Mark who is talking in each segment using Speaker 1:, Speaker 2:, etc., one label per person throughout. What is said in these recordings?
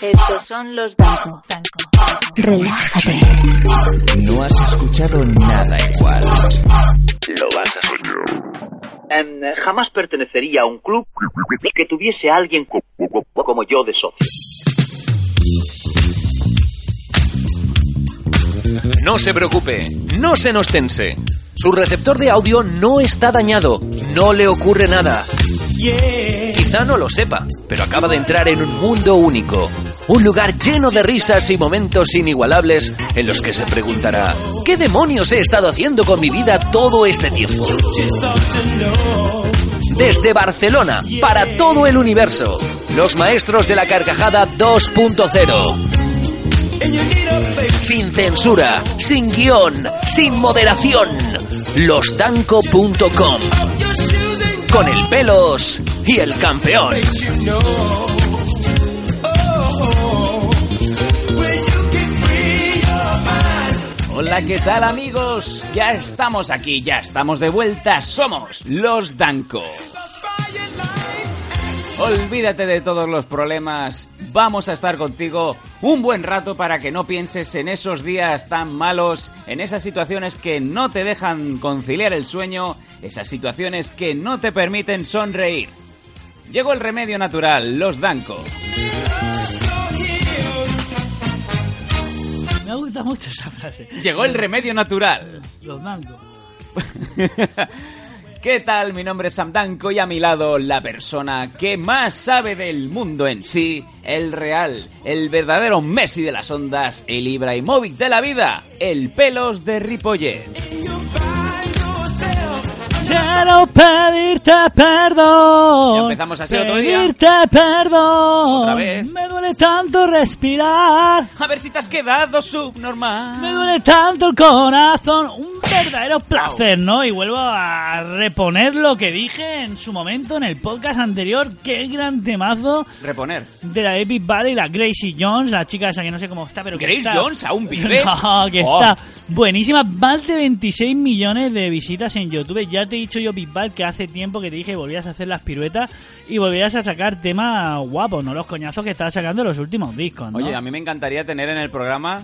Speaker 1: Estos son los Danco. Relájate.
Speaker 2: No has escuchado nada igual.
Speaker 3: Lo vas a escuchar.
Speaker 4: Em, jamás pertenecería a un club que tuviese a alguien co- co- co- como yo de socio.
Speaker 2: No se preocupe, no se nos tense. Su receptor de audio no está dañado, no le ocurre nada. Quizá no lo sepa, pero acaba de entrar en un mundo único. Un lugar lleno de risas y momentos inigualables en los que se preguntará, ¿qué demonios he estado haciendo con mi vida todo este tiempo? Desde Barcelona, para todo el universo, los maestros de la carcajada 2.0. Sin censura, sin guión, sin moderación. Losdanco.com Con el pelos y el campeón.
Speaker 5: Hola, ¿qué tal amigos? Ya estamos aquí, ya estamos de vuelta. Somos los Danco. Olvídate de todos los problemas. Vamos a estar contigo un buen rato para que no pienses en esos días tan malos, en esas situaciones que no te dejan conciliar el sueño, esas situaciones que no te permiten sonreír. Llegó el remedio natural, los Danco.
Speaker 6: Me gusta mucho esa frase.
Speaker 5: Llegó el remedio natural.
Speaker 6: Los blancos.
Speaker 5: ¿Qué tal? Mi nombre es Sam Danco y a mi lado la persona que más sabe del mundo en sí, el real, el verdadero Messi de las ondas, el Ibrahimovic de la vida, el pelos de Ripollet.
Speaker 6: Quiero pedirte perdón.
Speaker 5: Ya empezamos así otro día.
Speaker 6: Pedirte perdón.
Speaker 5: Otra vez.
Speaker 6: Me duele tanto respirar.
Speaker 5: A ver si te has quedado
Speaker 6: Me
Speaker 5: subnormal.
Speaker 6: duele tanto el corazón. Un verdadero placer, ¿no? Y vuelvo a reponer lo que dije en su momento en el podcast anterior. Qué gran temazo
Speaker 5: Reponer.
Speaker 6: de la Epic Valley, la Gracie Jones, la chica esa que no sé cómo está, pero que
Speaker 5: ¿Grace
Speaker 6: está-
Speaker 5: Jones aún vive?
Speaker 6: No, que
Speaker 5: Oh.
Speaker 6: está buenísima. Más de 26 millones de visitas en YouTube. Ya te he dicho yo, Bisbal, que hace tiempo que te dije que volvías a hacer las piruetas y volvías a sacar temas guapos, no los coñazos que estabas sacando en los últimos discos, ¿no?
Speaker 5: Oye, a mí me encantaría tener en el programa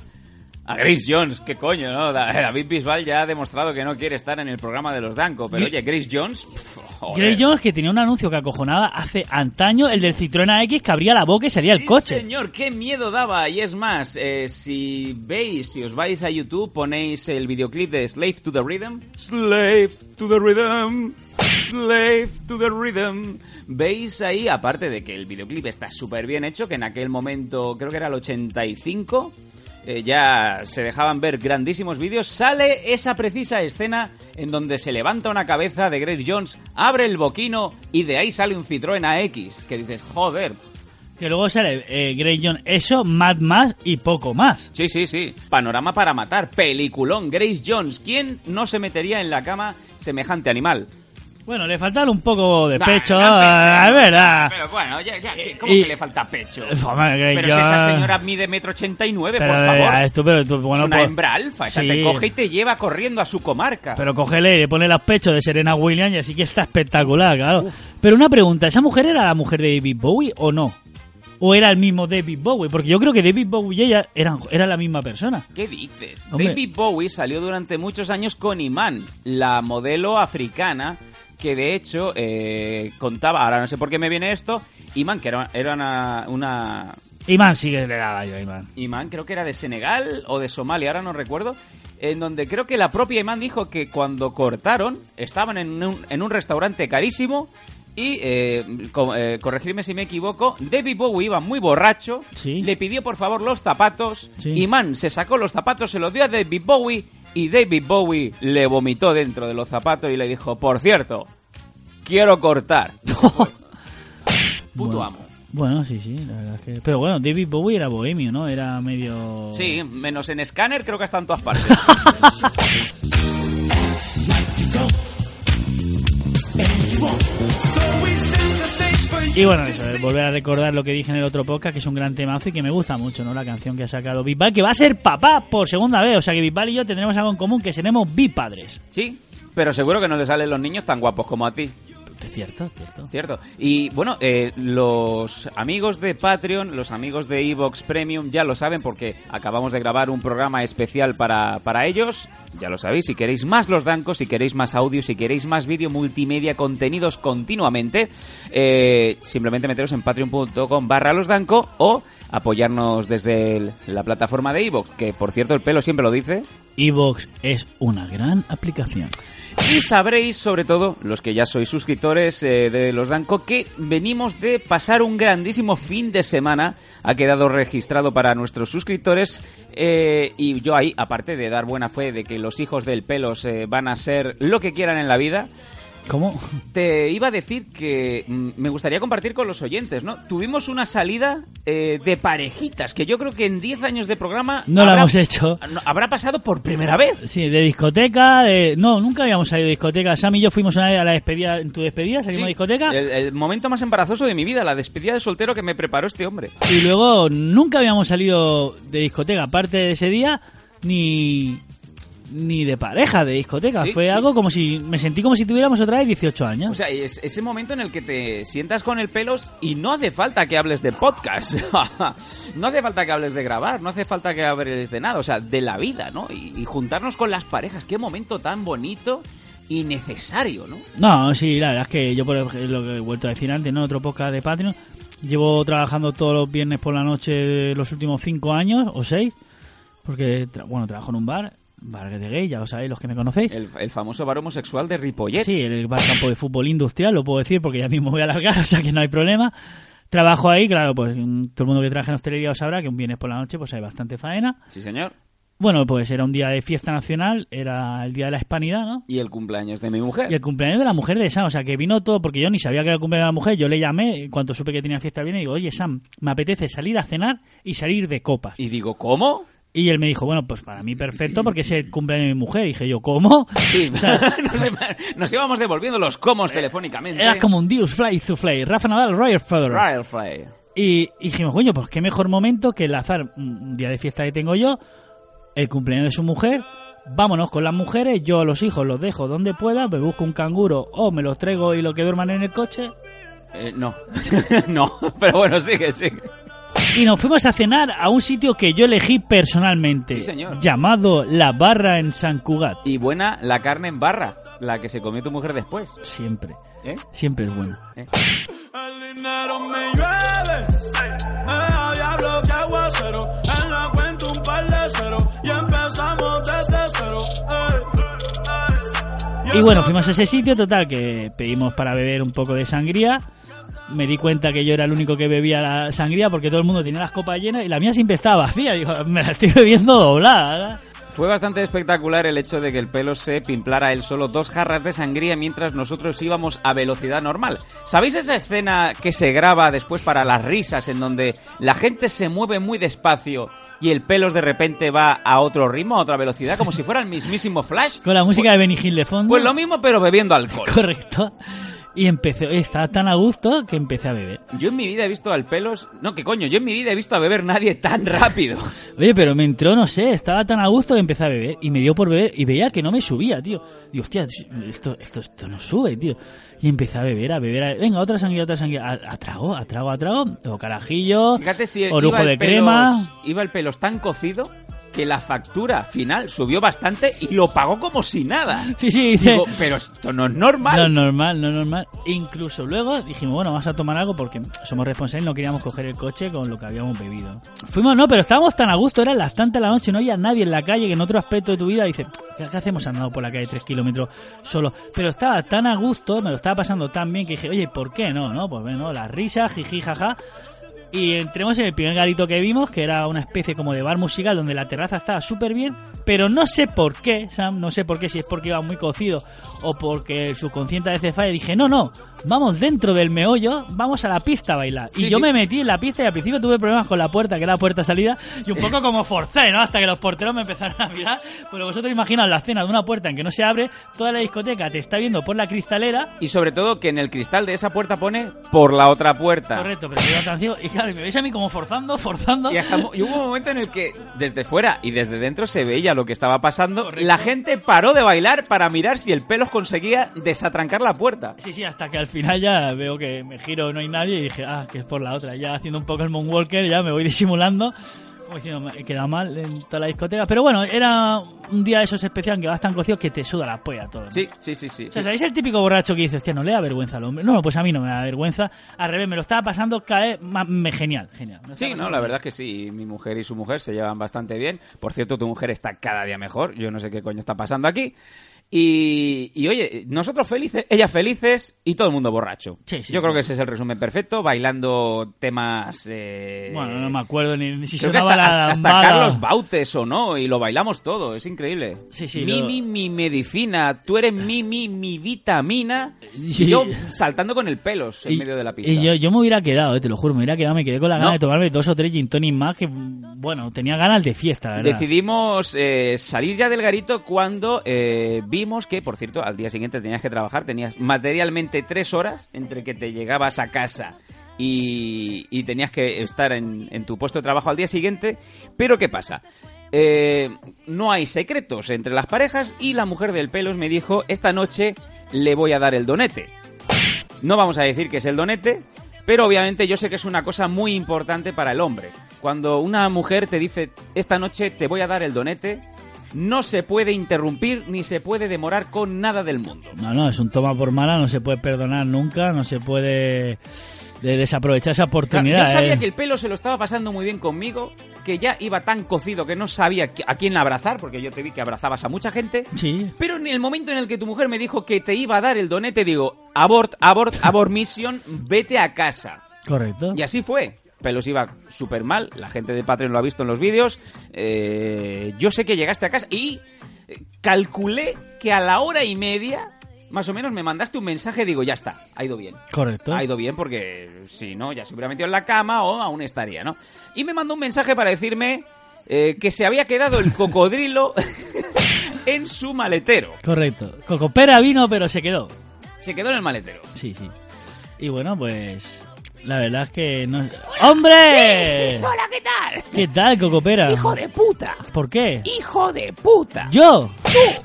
Speaker 5: a Grace Jones. ¿Qué coño, no? Da- David Bisbal ya ha demostrado que no quiere estar en el programa de los Danco, pero
Speaker 6: Gr-
Speaker 5: oye, Grace Jones... pf, joder.
Speaker 6: Grace Jones que tenía un anuncio que acojonaba hace antaño, el del Citroën AX que abría la boca y salía el
Speaker 5: Sí,
Speaker 6: coche.
Speaker 5: Señor, qué miedo daba. Y es más, eh, si veis, si os vais a YouTube, ponéis el videoclip de Slave to the Rhythm. Slave to the Rhythm. Slave to the Rhythm. Veis ahí, aparte de que el videoclip está súper bien hecho, que en aquel momento, creo que era el 85. eh, ya se dejaban ver grandísimos vídeos. Sale esa precisa escena en donde se levanta una cabeza de Grace Jones, abre el boquino y de ahí sale un Citroën AX. Que dices, joder,
Speaker 6: Que luego sale eh, Grace Jones, eso, Mad Más y poco más.
Speaker 5: Sí, sí, sí. Panorama para matar. Peliculón. Grace Jones. ¿Quién no se metería en la cama semejante animal?
Speaker 6: Bueno, le faltaba un poco de
Speaker 5: Nah,
Speaker 6: pecho,
Speaker 5: no,
Speaker 6: ah,
Speaker 5: pero-
Speaker 6: es verdad.
Speaker 5: Pero bueno, ya, ya, ¿qué- ¿cómo
Speaker 6: Y- Eh,
Speaker 5: que le falta pecho?
Speaker 6: Hombre, Grace
Speaker 5: Pero si esa
Speaker 6: Jones-
Speaker 5: señora mide metro ochenta y nueve, por
Speaker 6: Pero, eh,
Speaker 5: favor.
Speaker 6: es tú, pero tú, bueno,
Speaker 5: es una
Speaker 6: pues-
Speaker 5: hembra alfa. Esa
Speaker 6: Sí.
Speaker 5: te coge y te lleva corriendo a su comarca.
Speaker 6: Pero cógele y le pone los pechos de Serena Williams y así que está espectacular, claro. Pero una pregunta, ¿esa mujer era la mujer de David Bowie o no? ¿O era el mismo David Bowie? Porque yo creo que David Bowie y ella eran, eran la misma persona.
Speaker 5: ¿Qué dices?
Speaker 6: Hombre.
Speaker 5: David Bowie salió durante muchos años con Iman, la modelo africana que de hecho eh, contaba, ahora no sé por qué me viene esto, Iman, que era, era una- una,
Speaker 6: Iman sí que le daba yo, Iman.
Speaker 5: Imán, creo que era de Senegal o de Somalia, ahora no recuerdo, en donde creo que la propia Imán dijo que cuando cortaron estaban en un, en un restaurante carísimo y, eh, co- eh, corregirme si me equivoco, David Bowie iba muy borracho,
Speaker 6: Sí.
Speaker 5: le pidió por favor los zapatos,
Speaker 6: Sí.
Speaker 5: Imán se sacó los zapatos, se los dio a David Bowie y David Bowie le vomitó dentro de los zapatos y le dijo, por cierto, quiero cortar. Puto
Speaker 6: Bueno.
Speaker 5: amo.
Speaker 6: Bueno, sí, sí, la verdad es que... Pero bueno, David Bowie era bohemio, ¿no? Era medio...
Speaker 5: Sí, menos en escáner creo que está en todas partes.
Speaker 6: Y bueno, eso, eh, volver a recordar lo que dije en el otro podcast, que es un gran temazo y que me gusta mucho, ¿no? La canción que ha sacado Bisbal, que va a ser papá por segunda vez. O sea que Bisbal y yo tendremos algo en común, que seremos bipadres.
Speaker 5: Sí, pero seguro que no le salen los niños tan guapos como a ti.
Speaker 6: Cierto, cierto.
Speaker 5: Cierto. Y bueno, eh, los amigos de Patreon, los amigos de Evox Premium ya lo saben porque acabamos de grabar un programa especial para, para ellos. Ya lo sabéis, si queréis más los dancos, si queréis más audio, si queréis más vídeo multimedia, contenidos continuamente, eh, simplemente meteros en patreon.com barra los danco o apoyarnos desde el- la plataforma de Evox, que por cierto el pelo siempre lo dice.
Speaker 6: Evox es una gran aplicación.
Speaker 5: Y sabréis, sobre todo, los que ya sois suscriptores eh, de Los Danco, que venimos de pasar un grandísimo fin de semana. Ha quedado registrado para nuestros suscriptores. eh, y yo ahí, aparte de dar buena fe de que los hijos del pelos eh, van a ser lo que quieran en la vida,
Speaker 6: ¿Cómo?
Speaker 5: te iba a decir que mm, me gustaría compartir con los oyentes, ¿no? Tuvimos una salida eh, de parejitas, que yo creo que en 10 años de programa...
Speaker 6: No la hemos hecho.
Speaker 5: no, habrá pasado por primera vez.
Speaker 6: Sí, de discoteca, de... No, nunca habíamos salido de discoteca. Sam y yo fuimos una vez a la despedida, en tu despedida, salimos
Speaker 5: Sí,
Speaker 6: de discoteca.
Speaker 5: El, el momento más embarazoso de mi vida, la despedida de soltero que me preparó este hombre.
Speaker 6: Y luego nunca habíamos salido de discoteca, aparte de ese día, ni ni de pareja de discoteca.
Speaker 5: Sí,
Speaker 6: Fue
Speaker 5: sí.
Speaker 6: algo como si... Me sentí como si tuviéramos otra vez 18 años.
Speaker 5: O sea, es ese momento en el que te sientas con el pelos y no hace falta que hables de podcast. no hace falta que hables de grabar, no hace falta que hables de nada, o sea, de la vida, ¿no? Y, y juntarnos con las parejas. Qué momento tan bonito y necesario, ¿no?
Speaker 6: No, sí, la verdad es que yo, por ej- lo que he vuelto a decir antes, ¿no? Otro podcast de Patreon. Llevo trabajando todos los viernes por la noche los últimos cinco años o seis. Porque, tra- bueno, trabajo en un bar, bar de gay, ya lo sabéis los que me conocéis.
Speaker 5: El, el famoso bar homosexual de Ripollet.
Speaker 6: Sí, el bar campo de fútbol industrial, lo puedo decir porque ya mismo voy a alargar, o sea que no hay problema. Trabajo ahí, claro, pues mm, todo el mundo que trabaja en hostelería lo sabrá que un viernes por la noche pues hay bastante faena.
Speaker 5: Sí, señor.
Speaker 6: Bueno, pues era un día de fiesta nacional, era el día de la hispanidad, ¿no?
Speaker 5: Y el cumpleaños de mi
Speaker 6: Y
Speaker 5: mujer.
Speaker 6: el cumpleaños de la mujer de Sam, o sea, que vino todo, porque yo ni sabía que era el cumpleaños de la mujer, yo le llamé, en cuanto supe que tenía fiesta viene, digo, oye Sam, me apetece salir a cenar y salir de copas.
Speaker 5: Y digo, ¿cómo?
Speaker 6: Y él me dijo, bueno, pues para mí perfecto, porque es el cumpleaños de mi mujer. Y dije yo, ¿cómo?
Speaker 5: Sí,
Speaker 6: O sea, eh,
Speaker 5: nos, nos íbamos devolviendo los comos telefónicamente.
Speaker 6: era como un Deus Fly to Fly, Rafa Nadal, Roger Federer.
Speaker 5: Firefly.
Speaker 6: Y dijimos, coño, pues qué mejor momento que enlazar un un día de fiesta que tengo yo, el cumpleaños de su mujer, vámonos con las mujeres, yo a los hijos los dejo donde pueda, me busco un canguro o me los traigo y lo que duerman en el coche.
Speaker 5: Eh, no, no, pero bueno, sigue, sigue.
Speaker 6: Y nos fuimos a cenar a un sitio que yo elegí personalmente,
Speaker 5: Sí, señor.
Speaker 6: llamado La Barra en San Cugat.
Speaker 5: Y buena la carne en barra, la que se comió tu mujer después.
Speaker 6: Siempre,
Speaker 5: ¿Eh?
Speaker 6: siempre es bueno.
Speaker 5: ¿Eh?
Speaker 7: El dinero me llueve. Me da diablo que aguacero. En la cuenta un par de cero. Y empezamos desde cero. Eh. ey.
Speaker 6: Y bueno, fuimos a ese sitio, total, que pedimos para beber un poco de sangría. Me di cuenta que yo era el único que bebía la sangría porque todo el mundo tenía las copas llenas y la mía siempre estaba vacía. Digo, me la estoy bebiendo doblada. ¿verdad?
Speaker 5: Fue bastante espectacular el hecho de que el pelo se pimplara él solo dos jarras de sangría mientras nosotros íbamos a velocidad normal. ¿Sabéis esa escena que se graba después para las risas en donde la gente se mueve muy despacio y el pelos de repente va a otro ritmo, a otra velocidad, como si fuera el mismísimo Flash?
Speaker 6: Con la música de Benny Hill de fondo.
Speaker 5: Pues lo mismo pero bebiendo alcohol.
Speaker 6: Correcto. Y empecé, estaba tan a gusto que empecé a beber.
Speaker 5: Yo en mi vida he visto al pelos... No, que coño, yo en mi vida he visto a beber nadie tan rápido.
Speaker 6: Oye, pero me entró, no sé, estaba tan a gusto que empecé a beber y me dio por beber y veía que no me subía, tío. Digo, hostia, esto, esto, esto no sube, tío. Y empecé a beber, a beber, a... venga, otra sangría, otra sangría, a, a trago, a trago, a trago, o carajillo,
Speaker 5: Fíjate si
Speaker 6: orujo
Speaker 5: iba el
Speaker 6: de
Speaker 5: pelos-
Speaker 6: crema.
Speaker 5: Iba el pelos tan cocido que la factura final subió bastante y lo pagó como si nada.
Speaker 6: Sí, sí, dice.
Speaker 5: Digo, pero esto no es normal.
Speaker 6: No es normal, no es normal. Incluso luego dijimos, bueno, vamos a tomar algo porque somos responsables, no queríamos coger el coche con lo que habíamos bebido. Fuimos, no, pero estábamos tan a gusto, eran las tantas de la noche, no había nadie en la calle que en otro aspecto de tu vida dice, ¿qué, qué hacemos andando por la calle tres kilómetros solo? Pero estaba tan a gusto, me lo estaba pasando tan bien que dije, oye, ¿por qué no? no Pues bueno, las risas, jiji, jaja. Y entremos en el primer garito que vimos, que era una especie como de bar musical donde la terraza estaba súper bien, pero no sé por qué, Sam, no sé por qué, si es porque iba muy cocido o porque el subconsciente de falla, dije, no, no, vamos dentro del meollo, vamos a la pista a bailar. y
Speaker 5: Sí,
Speaker 6: yo
Speaker 5: sí.
Speaker 6: me metí en la pista y al principio tuve problemas con la puerta, que era la puerta salida, y un poco como forcé, ¿no? Hasta que los porteros me empezaron a mirar. Pero vosotros imaginaos la escena de una puerta en que no se abre, toda la discoteca te está viendo por la cristalera
Speaker 5: Y sobre todo que en el cristal de esa puerta pone por la otra puerta.
Speaker 6: Correcto, pero yo iba tan ciego. Y Claro, y me veis a mí como forzando, forzando.
Speaker 2: Y, hasta mo- y hubo un momento en el que desde fuera y desde dentro se veía lo que estaba pasando. La gente paró de bailar para mirar si el pelos conseguía desatrancar la puerta.
Speaker 6: Sí, sí, hasta que al final ya veo que me giro, no hay nadie y dije, ah, que es por la otra. Ya haciendo un poco el Moonwalker, ya me voy disimulando. Como diciendo, me queda mal en toda la discoteca. Pero bueno, era un día de esos especial que vas tan cocido que te suda la polla todo. ¿no?
Speaker 2: Sí, sí, sí, sí.
Speaker 6: O sea, ¿sabéis el típico borracho que dice, hostia, no le da vergüenza al hombre? No, pues a mí no me da vergüenza. Al revés, me lo estaba pasando cada vez más- me, genial, genial. Me lo estaba
Speaker 2: Sí, no,
Speaker 6: pasando
Speaker 2: la
Speaker 6: bien.
Speaker 2: verdad es que sí. Mi mujer y su mujer se llevan bastante bien. Por cierto, tu mujer está cada día mejor. Yo no sé qué coño está pasando aquí. Y, y, oye, nosotros felices, ellas felices y todo el mundo borracho.
Speaker 6: Sí, sí.
Speaker 2: Yo creo que ese es el resumen perfecto, bailando temas... eh,
Speaker 6: Bueno, no me acuerdo ni, ni si
Speaker 2: Creo que
Speaker 6: sonaba
Speaker 2: hasta,
Speaker 6: la
Speaker 2: hasta- hasta
Speaker 6: lambada.
Speaker 2: Carlos Bautes o no, y lo bailamos todo, es increíble.
Speaker 6: Sí, sí,
Speaker 2: mi,
Speaker 6: lo-
Speaker 2: mi, mi medicina, tú eres mi, mi, mi vitamina,
Speaker 6: Sí.
Speaker 2: y yo saltando con el pelos en medio de la pista.
Speaker 6: y yo, yo me hubiera quedado, eh, te lo juro, me hubiera quedado, me quedé con la
Speaker 2: No.
Speaker 6: gana de tomarme dos o tres gin tonic más que, bueno, tenía ganas de fiesta, la verdad.
Speaker 2: Decidimos eh, salir ya del garito cuando eh, vimos que, por cierto, al día siguiente tenías que trabajar, tenías materialmente tres horas entre que te llegabas a casa y, y tenías que estar en, en tu puesto de trabajo al día siguiente. Pero ¿qué pasa? Eh, no hay secretos entre las parejas y la mujer del pelos me dijo, esta noche le voy a dar el donete. No vamos a decir que es el donete, pero obviamente yo sé que es una cosa muy importante para el hombre. Cuando una mujer te dice, esta noche te voy a dar el donete, no se puede interrumpir ni se puede demorar con nada del mundo.
Speaker 6: No, no, es un toma por mala, no se puede perdonar nunca, no se puede de- desaprovechar esa
Speaker 2: Claro,
Speaker 6: oportunidad.
Speaker 2: Yo sabía
Speaker 6: eh.
Speaker 2: que el pelo se lo estaba pasando muy bien conmigo, que ya iba tan cocido que no sabía qui- a quién abrazar, porque yo te vi que abrazabas a mucha gente.
Speaker 6: Sí.
Speaker 2: Pero en el momento en el que tu mujer me dijo que te iba a dar el donete, digo, abort, abort, abort mission, vete a casa.
Speaker 6: Correcto.
Speaker 2: Y así fue. Pelos iba súper mal, la gente de Patreon lo ha visto en los vídeos. eh, yo sé que llegaste a casa y eh, calculé que a la hora y media, más o menos, me mandaste un mensaje. Digo, ya está, ha ido bien.
Speaker 6: Correcto.
Speaker 2: Ha ido bien porque si no, ya se hubiera metido en la cama o aún estaría, ¿no? Y me mandó un mensaje para decirme eh, que se había quedado el cocodrilo en su maletero.
Speaker 6: Correcto. Cocopera vino, pero se quedó.
Speaker 2: Se quedó en el maletero.
Speaker 6: Sí, sí. Y bueno, pues la verdad es que no... ¡Hombre!
Speaker 2: Hola, ¿qué tal?
Speaker 6: ¿Qué tal, Cocopera?
Speaker 2: Hijo de puta.
Speaker 6: ¿Por qué?
Speaker 2: Hijo de puta.
Speaker 6: ¿Yo?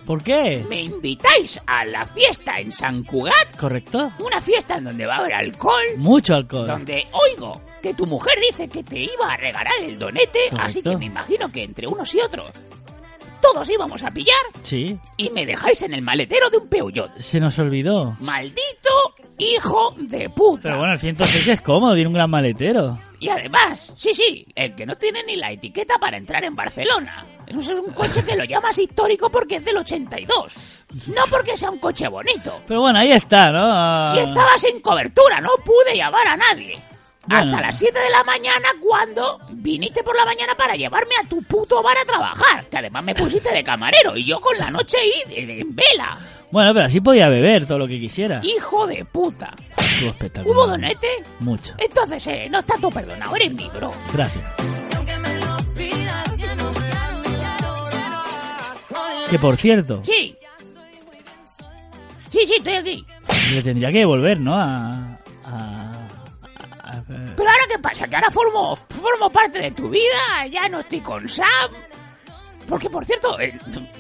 Speaker 6: ¿Por qué?
Speaker 2: Me invitáis a la fiesta en San Cugat,
Speaker 6: ¿Correcto?
Speaker 2: una fiesta en donde va a haber alcohol,
Speaker 6: Mucho alcohol.
Speaker 2: donde oigo que tu mujer dice que te iba a regalar el donete, así
Speaker 6: Correcto.
Speaker 2: que me imagino que entre unos y otros todos íbamos a pillar
Speaker 6: Sí.
Speaker 2: y me dejáis en el maletero de un Peugeot.
Speaker 6: Se nos olvidó.
Speaker 2: Maldito hijo de puta.
Speaker 6: Pero bueno, el 106 es cómodo, tiene un gran maletero.
Speaker 2: Y además, sí, sí, el que no tiene ni la etiqueta para entrar en Barcelona. Eso es un coche que lo llamas histórico porque es del 82, no porque sea un coche bonito.
Speaker 6: Pero bueno, ahí está, ¿no? Ah,
Speaker 2: Y estaba sin cobertura, no pude llamar a nadie.
Speaker 6: Bueno.
Speaker 2: Hasta las 7 de la mañana cuando viniste por la mañana para llevarme a tu puto bar a trabajar. Que además me pusiste de camarero y yo con la noche ahí de- en vela.
Speaker 6: Bueno, pero así podía beber todo lo que quisiera.
Speaker 2: Hijo de puta.
Speaker 6: Estuvo espectacular.
Speaker 2: ¿Hubo donete?
Speaker 6: Mucho.
Speaker 2: Entonces eh, no estás tú perdonado, eres mi bro.
Speaker 6: Gracias. Que por cierto,
Speaker 2: Sí. Sí, sí, estoy aquí.
Speaker 6: le tendría que devolver, ¿no? A. a- a- a-
Speaker 2: Pero ahora qué pasa, que ahora formo, formo parte de tu vida, ya no estoy con Sam. Porque por cierto, eh,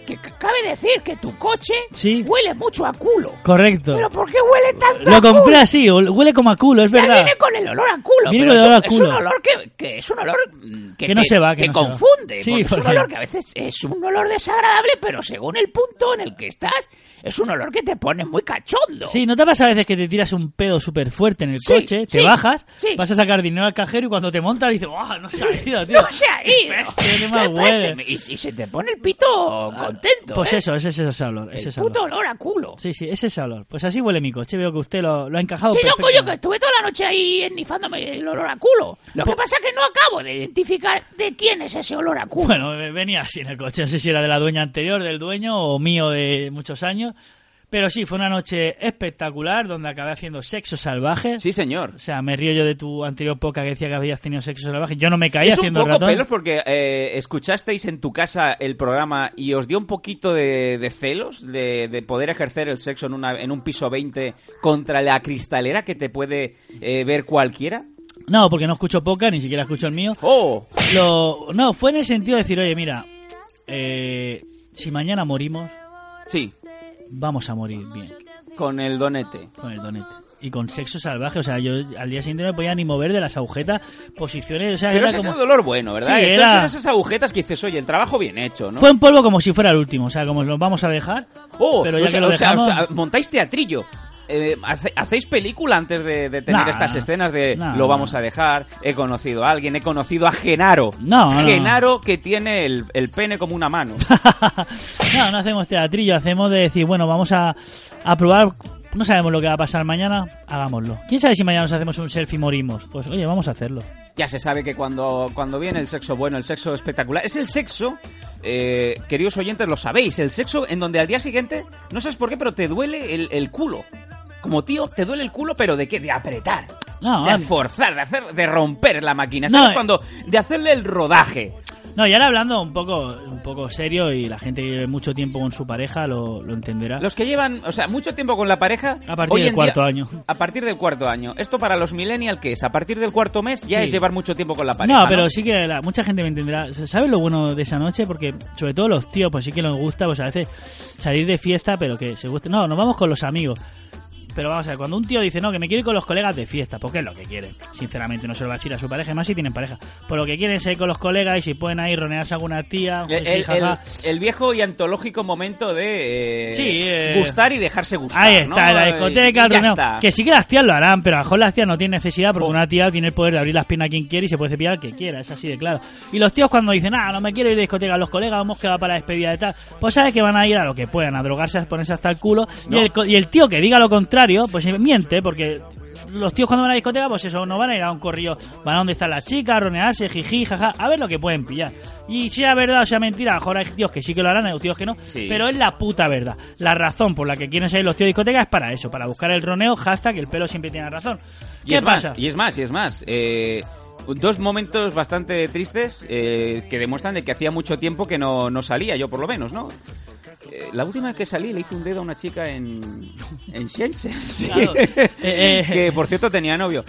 Speaker 2: que c- cabe decir que tu coche
Speaker 6: Sí.
Speaker 2: huele mucho a culo.
Speaker 6: Correcto.
Speaker 2: Pero ¿por qué huele tanto a
Speaker 6: Lo compré
Speaker 2: culo?
Speaker 6: así, ol- huele como a culo, es
Speaker 2: Ya
Speaker 6: verdad.
Speaker 2: viene con el olor a culo.
Speaker 6: Viene
Speaker 2: pero
Speaker 6: con el
Speaker 2: es un-
Speaker 6: olor a
Speaker 2: Es
Speaker 6: culo.
Speaker 2: un olor que, que es un olor mm, que,
Speaker 6: Que no
Speaker 2: te-
Speaker 6: se va, que no se va.
Speaker 2: confunde.
Speaker 6: Sí,
Speaker 2: porque es un
Speaker 6: porque-
Speaker 2: olor que a veces es un olor desagradable, pero según el punto en el que estás, es un olor que te pone muy cachondo.
Speaker 6: Sí, ¿no te pasa a veces que te tiras un pedo súper fuerte en el
Speaker 2: Sí,
Speaker 6: coche, te
Speaker 2: sí,
Speaker 6: bajas,
Speaker 2: sí.
Speaker 6: vas a sacar dinero al cajero y cuando te montas dices, ¡guau! No se ha ido, tío.
Speaker 2: No se ha ido.
Speaker 6: Qué mal
Speaker 2: Qué
Speaker 6: huele.
Speaker 2: peste. Y, y se te pone el pito contento.
Speaker 6: Pues
Speaker 2: ¿eh?
Speaker 6: eso, ese es ese olor. Es
Speaker 2: el
Speaker 6: ese
Speaker 2: puto
Speaker 6: olor.
Speaker 2: olor a culo.
Speaker 6: Sí, sí, es ese olor. Pues así huele mi coche. Veo que usted lo, lo ha encajado.
Speaker 2: Sí, loco, yo que
Speaker 6: perfectamente.
Speaker 2: estuve toda la noche ahí ennifándome el olor a culo. Lo que pasa es que no acabo de identificar de quién es ese olor a culo.
Speaker 6: Bueno, eh, venía así en el coche. No sé si era de la dueña anterior, del dueño o mío de muchos años. Pero sí, fue una noche espectacular donde acabé haciendo sexo salvaje.
Speaker 5: señor.
Speaker 6: O sea, me río yo de tu anterior poca que decía que habías tenido sexo salvaje. Yo no me caí
Speaker 5: Es un
Speaker 6: haciendo
Speaker 5: poco
Speaker 6: ratón.
Speaker 5: pelos porque eh, escuchasteis en tu casa el programa y os dio un poquito de, de celos de, de poder ejercer el sexo en, una, en un piso 20 contra la cristalera que te puede eh, ver cualquiera.
Speaker 6: No, porque no escucho poca, ni siquiera escucho el mío.
Speaker 5: ¡Oh!
Speaker 6: Lo- no, fue en el sentido de decir, oye, mira, eh, si mañana morimos,
Speaker 5: Sí,
Speaker 6: vamos a morir bien
Speaker 5: con el donete.
Speaker 6: con el donete. Y con sexo salvaje, o sea, yo al día siguiente no me podía ni mover de las agujetas, posiciones, o sea,
Speaker 5: Pero
Speaker 6: era
Speaker 5: ese
Speaker 6: como...
Speaker 5: es el dolor bueno, ¿verdad?
Speaker 6: Sí,
Speaker 5: Esos-
Speaker 6: era-
Speaker 5: Son esas agujetas que dices, oye, el trabajo bien hecho, ¿no?
Speaker 6: Fue un polvo como si fuera el último, o sea, como lo vamos a dejar,
Speaker 5: Oh,
Speaker 6: pero ya
Speaker 5: o sea,
Speaker 6: que lo
Speaker 5: o sea, o
Speaker 6: dejamos...
Speaker 5: sea, montáis teatrillo. Eh, hace- ¿Hacéis película antes de, de tener
Speaker 6: Nah,
Speaker 5: estas escenas de
Speaker 6: nah,
Speaker 5: lo vamos
Speaker 6: nah.
Speaker 5: a dejar? He conocido a alguien, he conocido a Genaro.
Speaker 6: No, no, no.
Speaker 5: Genaro que tiene el, el pene como una mano.
Speaker 6: no, no hacemos teatrillo, hacemos de decir, bueno, vamos a, a probar, no sabemos lo que va a pasar mañana, hagámoslo. ¿Quién sabe si mañana nos hacemos un selfie y morimos? Pues oye, vamos a hacerlo.
Speaker 5: ya se sabe que cuando, cuando viene el sexo bueno, el sexo espectacular, es el sexo, eh, queridos oyentes, lo sabéis, el sexo en donde al día siguiente, no sabes por qué, pero te duele el, el culo. Como tío, te duele el culo, pero ¿de qué? De apretar.
Speaker 6: No,
Speaker 5: de
Speaker 6: al-
Speaker 5: forzar, de, hacer, de romper la máquina.
Speaker 6: No,
Speaker 5: ¿Sabes?
Speaker 6: eh.
Speaker 5: Cuando, de hacerle el rodaje.
Speaker 6: No, y ahora hablando un poco, un poco serio y la gente que lleve mucho tiempo con su pareja lo, lo entenderá.
Speaker 5: Los que llevan, o sea, mucho tiempo con la pareja.
Speaker 6: A partir
Speaker 5: hoy
Speaker 6: del
Speaker 5: en
Speaker 6: cuarto
Speaker 5: día-
Speaker 6: año.
Speaker 5: A partir del cuarto año. Esto para los millennials, ¿qué es? A partir del cuarto mes ya
Speaker 6: Sí.
Speaker 5: es llevar mucho tiempo con la pareja.
Speaker 6: No, pero sí que la- mucha gente me entenderá. ¿Sabes lo bueno de esa noche? Porque sobre todo los tíos, pues sí que nos gusta, pues a veces salir de fiesta, pero que se guste. No, nos vamos con los amigos. Pero vamos a ver, cuando un tío dice, no, que me quiero ir con los colegas de fiesta, porque es lo que quiere. Sinceramente, no se lo va a decir a su pareja, y más si tienen pareja. Por lo que quieren es ir con los colegas y si pueden ahí ronearse a alguna tía.
Speaker 5: Eh, El,
Speaker 6: jiji,
Speaker 5: el- el-
Speaker 6: jaja.
Speaker 5: el viejo y antológico momento de eh,
Speaker 6: Sí, eh,
Speaker 5: gustar y dejarse gustar.
Speaker 6: Ahí está,
Speaker 5: ¿no?
Speaker 6: la
Speaker 5: Eh,
Speaker 6: discoteca, el
Speaker 5: ya
Speaker 6: roneo.
Speaker 5: está.
Speaker 6: Que sí que las tías lo harán, pero a lo mejor las tías no tienen necesidad porque
Speaker 5: Oh.
Speaker 6: una tía tiene el poder de abrir las piernas a quien quiere y se puede cepillar al que quiera, es así de claro. Y los tíos cuando dicen, ah, no me quiero ir de discoteca, los colegas vamos que va para la despedida de tal, pues sabes que van a ir a lo que puedan, a drogarse, a ponerse hasta el culo. Y, el, co- y el tío que diga lo contrario, pues miente, porque los tíos cuando van a la discoteca, pues eso, no van a ir a un corrillo, van a donde están las chicas, a ronearse, jiji, jaja, a ver lo que pueden pillar. Y sea verdad o sea mentira, a lo mejor hay tíos que sí que lo harán, hay tíos que no,
Speaker 5: Sí.
Speaker 6: pero es la puta verdad. La razón por la que quieren salir los tíos de discoteca es para eso, para buscar el roneo, hashtag el pelo siempre tiene razón.
Speaker 5: Y
Speaker 6: ¿Qué
Speaker 5: es
Speaker 6: pasa?
Speaker 5: Más, y es más, y es más. Eh, dos momentos bastante tristes eh, que demuestran de que hacía mucho tiempo que no, no salía, yo por lo menos, ¿no? Eh, la última vez que salí le hice un dedo a una chica en. en Shenzhen. sí.
Speaker 6: Claro. Eh, eh.
Speaker 5: que por cierto tenía novio.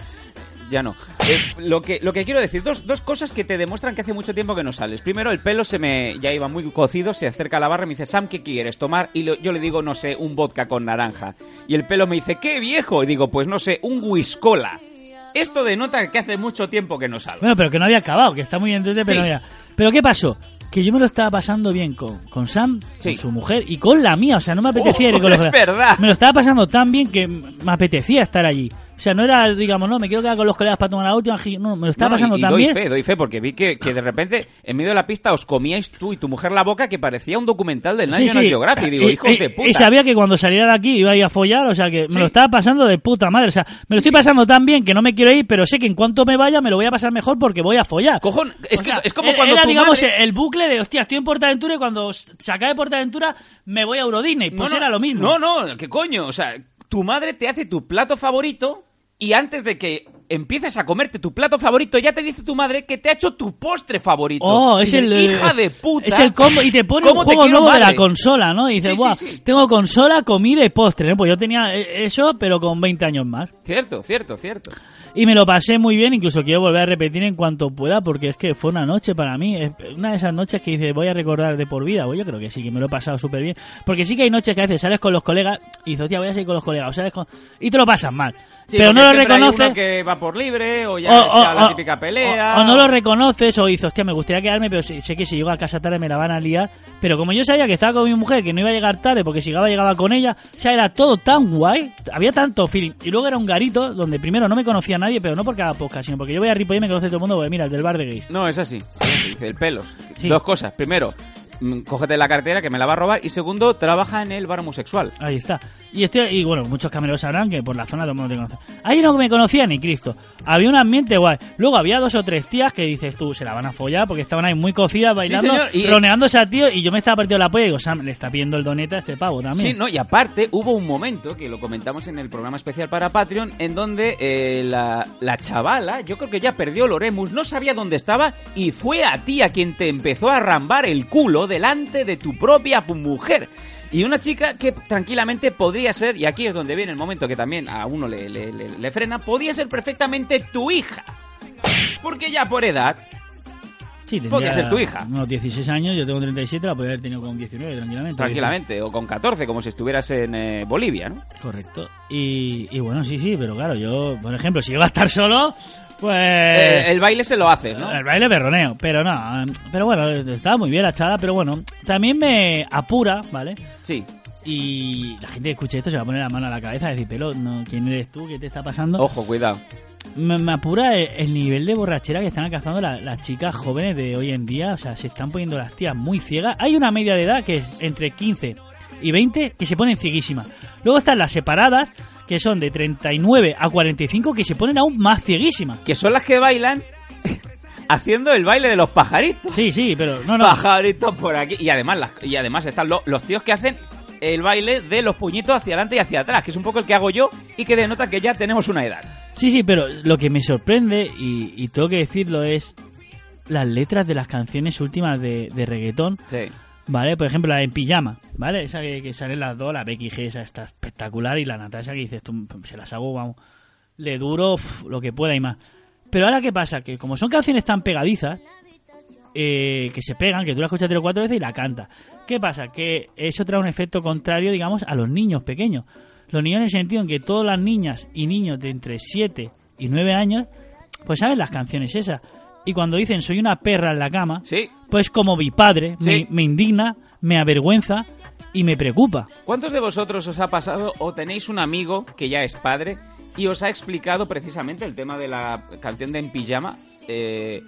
Speaker 5: Ya no. Eh, lo, que, lo que quiero decir, dos, dos cosas que te demuestran que hace mucho tiempo que no sales. Primero, el pelo se me. ya iba muy cocido, se acerca a la barra y me dice, Sam, ¿qué quieres tomar? Y lo- yo le digo, no sé, un vodka con naranja. Y el pelo me dice, ¡qué viejo! Y digo, pues no sé, un whiskola. Esto denota que hace mucho tiempo que no salgo.
Speaker 6: Bueno, pero que no había acabado, que está muy bien desde, pero
Speaker 5: Sí.
Speaker 6: no había- Pero ¿qué pasó? Que yo me lo estaba pasando bien con, con Sam,
Speaker 5: Sí. Oh,
Speaker 6: con su mujer y con la mía. O sea, no me apetecía ir con los
Speaker 5: es verdad.
Speaker 6: Me lo estaba pasando tan bien que m- me apetecía estar allí. O sea, no era, digamos, no, me quiero quedar con los colegas para tomar la última. gi- No, me lo estaba
Speaker 5: No,
Speaker 6: pasando
Speaker 5: y, y
Speaker 6: tan
Speaker 5: doy
Speaker 6: bien.
Speaker 5: fe, doy fe, porque vi que, que de repente en medio de la pista os comíais tú y tu mujer la boca que parecía un documental del
Speaker 6: Sí,
Speaker 5: National
Speaker 6: sí.
Speaker 5: Geographic. Digo,
Speaker 6: Y-
Speaker 5: hijos
Speaker 6: y-
Speaker 5: de puta.
Speaker 6: Y sabía que cuando saliera de aquí iba a ir a follar, o sea que me
Speaker 5: Sí.
Speaker 6: lo estaba pasando de puta madre. O sea, me lo estoy pasando tan bien que no me quiero ir, pero sé que en cuanto me vaya me lo voy a pasar mejor porque voy a follar.
Speaker 5: Cojón, es
Speaker 6: O
Speaker 5: que
Speaker 6: sea,
Speaker 5: es como
Speaker 6: era-
Speaker 5: cuando
Speaker 6: era,
Speaker 5: tu
Speaker 6: digamos, eh,
Speaker 5: madre-
Speaker 6: el bucle de, hostia, estoy en Portaventura y cuando s- se acabe Portaventura me voy a Euro Disney. Pues era lo mismo.
Speaker 5: No, no, ¿qué coño? O sea, tu madre te hace tu plato favorito y antes de que empieces a comerte tu plato favorito, ya te dice tu madre que te ha hecho tu postre favorito.
Speaker 6: Oh,
Speaker 5: Y
Speaker 6: es
Speaker 5: dices,
Speaker 6: el
Speaker 5: Hija de puta.
Speaker 6: Es el combo y te pone un
Speaker 5: ¿Cómo te
Speaker 6: juego
Speaker 5: quiero,
Speaker 6: nuevo de la
Speaker 5: madre?
Speaker 6: consola, ¿no? Y dices,
Speaker 5: Sí, sí,
Speaker 6: guau,
Speaker 5: sí.
Speaker 6: tengo consola, comida y postre, ¿no? Pues yo tenía eh, eso, pero con 20 años más.
Speaker 5: Cierto, cierto, cierto.
Speaker 6: Y me lo pasé muy bien, incluso quiero volver a repetir en cuanto pueda, porque es que fue una noche para mí, es una de esas noches que dices, voy a recordar de por vida, Pues yo creo que sí, que me lo he pasado súper bien, porque sí que hay noches que a veces sales con los colegas y dices, hostia, voy a salir con los colegas, o sales con... y te lo pasas mal,
Speaker 5: Sí, porque
Speaker 6: pero no lo
Speaker 5: siempre hay uno
Speaker 6: reconoces,
Speaker 5: que va por libre o ya
Speaker 6: o,
Speaker 5: está
Speaker 6: o-
Speaker 5: la
Speaker 6: o-
Speaker 5: típica pelea.
Speaker 6: o- o no lo reconoces, o dices, hostia, me gustaría quedarme, pero sí- sé que si llego a casa tarde me la van a liar, pero como yo sabía que estaba con mi mujer, que no iba a llegar tarde, porque si llegaba, llegaba con ella, o sea, era todo tan guay, había tanto feeling, y luego era un garito donde primero no me conocía nadie, pero no por cada podcast, sino porque yo voy a Ripoll y me conoce todo el mundo, porque mira, el del bar de gays.
Speaker 5: No, es así. Dice, El pelo.
Speaker 6: Sí.
Speaker 5: Dos cosas. Primero, mm, cógete la cartera que me la va a robar. Y segundo, trabaja en el bar homosexual.
Speaker 6: Ahí está. Y estoy, y bueno, muchos cameros sabrán que por la zona todo el mundo te conoce. Ahí no me conocía ni Cristo. Había un ambiente guay. Luego había dos o tres tías que dices tú, se la van a follar porque estaban ahí muy cocidas bailando,
Speaker 5: señor, y-
Speaker 6: roneándose a tío y yo me estaba partiendo la polla y digo, Sam, le está pidiendo el doneta a este pavo también.
Speaker 5: Sí, no, y aparte hubo un momento que lo comentamos en el programa especial para Patreon en donde eh, la, la chavala, yo creo que ya perdió el Oremus, no sabía dónde estaba y fue a ti a quien te empezó a rambar el culo delante de tu propia pu- mujer. Y una chica que tranquilamente podría ser, y aquí es donde viene el momento que también a uno le, le- le- le frena, podía ser perfectamente tu hija. Porque ya por edad,
Speaker 6: Sí, tendría
Speaker 5: Podría ser tu hija.
Speaker 6: Unos 16 años, yo tengo 37, la podría haber tenido con 19, tranquilamente.
Speaker 5: tranquilamente, o con 14, como si estuvieras en eh, Bolivia, ¿no?
Speaker 6: Correcto. Y, y bueno, sí, sí, pero claro, yo, por ejemplo, si llego a estar solo, pues.
Speaker 5: Eh, el baile se lo haces, ¿no?
Speaker 6: El baile perroneo, pero no. Pero bueno, estaba muy bien la chada, pero bueno, también me apura, ¿vale?
Speaker 5: Sí.
Speaker 6: Y la gente que escuche esto se va a poner la mano a la cabeza y decir, pero, no, ¿quién eres tú? ¿Qué te está pasando?
Speaker 5: Ojo, cuidado.
Speaker 6: Me, me apura el, el nivel de borrachera que están alcanzando la- las chicas jóvenes de hoy en día. O sea, se están poniendo las tías muy ciegas. Hay una media de edad que es entre 15 y 20 que se ponen cieguísimas. Luego están las separadas, que son de 39 a 45, que se ponen aún más cieguísimas.
Speaker 5: Que son las que bailan haciendo el baile de los pajaritos.
Speaker 6: Sí, sí, pero no, no.
Speaker 5: Pajaritos por aquí. Y además, las- y además están lo- los tíos que hacen el baile de los puñitos hacia adelante y hacia atrás, que es un poco el que hago yo y que denota que ya tenemos una edad.
Speaker 6: Sí, sí, pero lo que me sorprende, y, y tengo que decirlo, es las letras de las canciones últimas de, de reggaetón.
Speaker 5: Sí.
Speaker 6: ¿Vale? Por ejemplo, la en pijama, ¿vale? Esa que, que salen las dos, la Becky G, esa está espectacular, y la Natasha que dices, tú, se las hago, vamos, le duro uf, lo que pueda y más. Pero ahora, ¿qué pasa? Que como son canciones tan pegadizas, eh, que se pegan, que tú la escuchas tres o cuatro veces y la cantas. ¿Qué pasa? Que eso trae un efecto contrario, digamos, a los niños pequeños. Los niños en el sentido en que todas las niñas y niños de entre 7 y 9 años, pues saben las canciones esas. Y cuando dicen soy una perra en la cama,
Speaker 5: Sí.
Speaker 6: pues como mi padre,
Speaker 5: Sí.
Speaker 6: me, me indigna, me avergüenza y me preocupa.
Speaker 5: ¿Cuántos de vosotros os ha pasado o tenéis un amigo que ya es padre y os ha explicado precisamente el tema de la canción de En Pijama? Eh,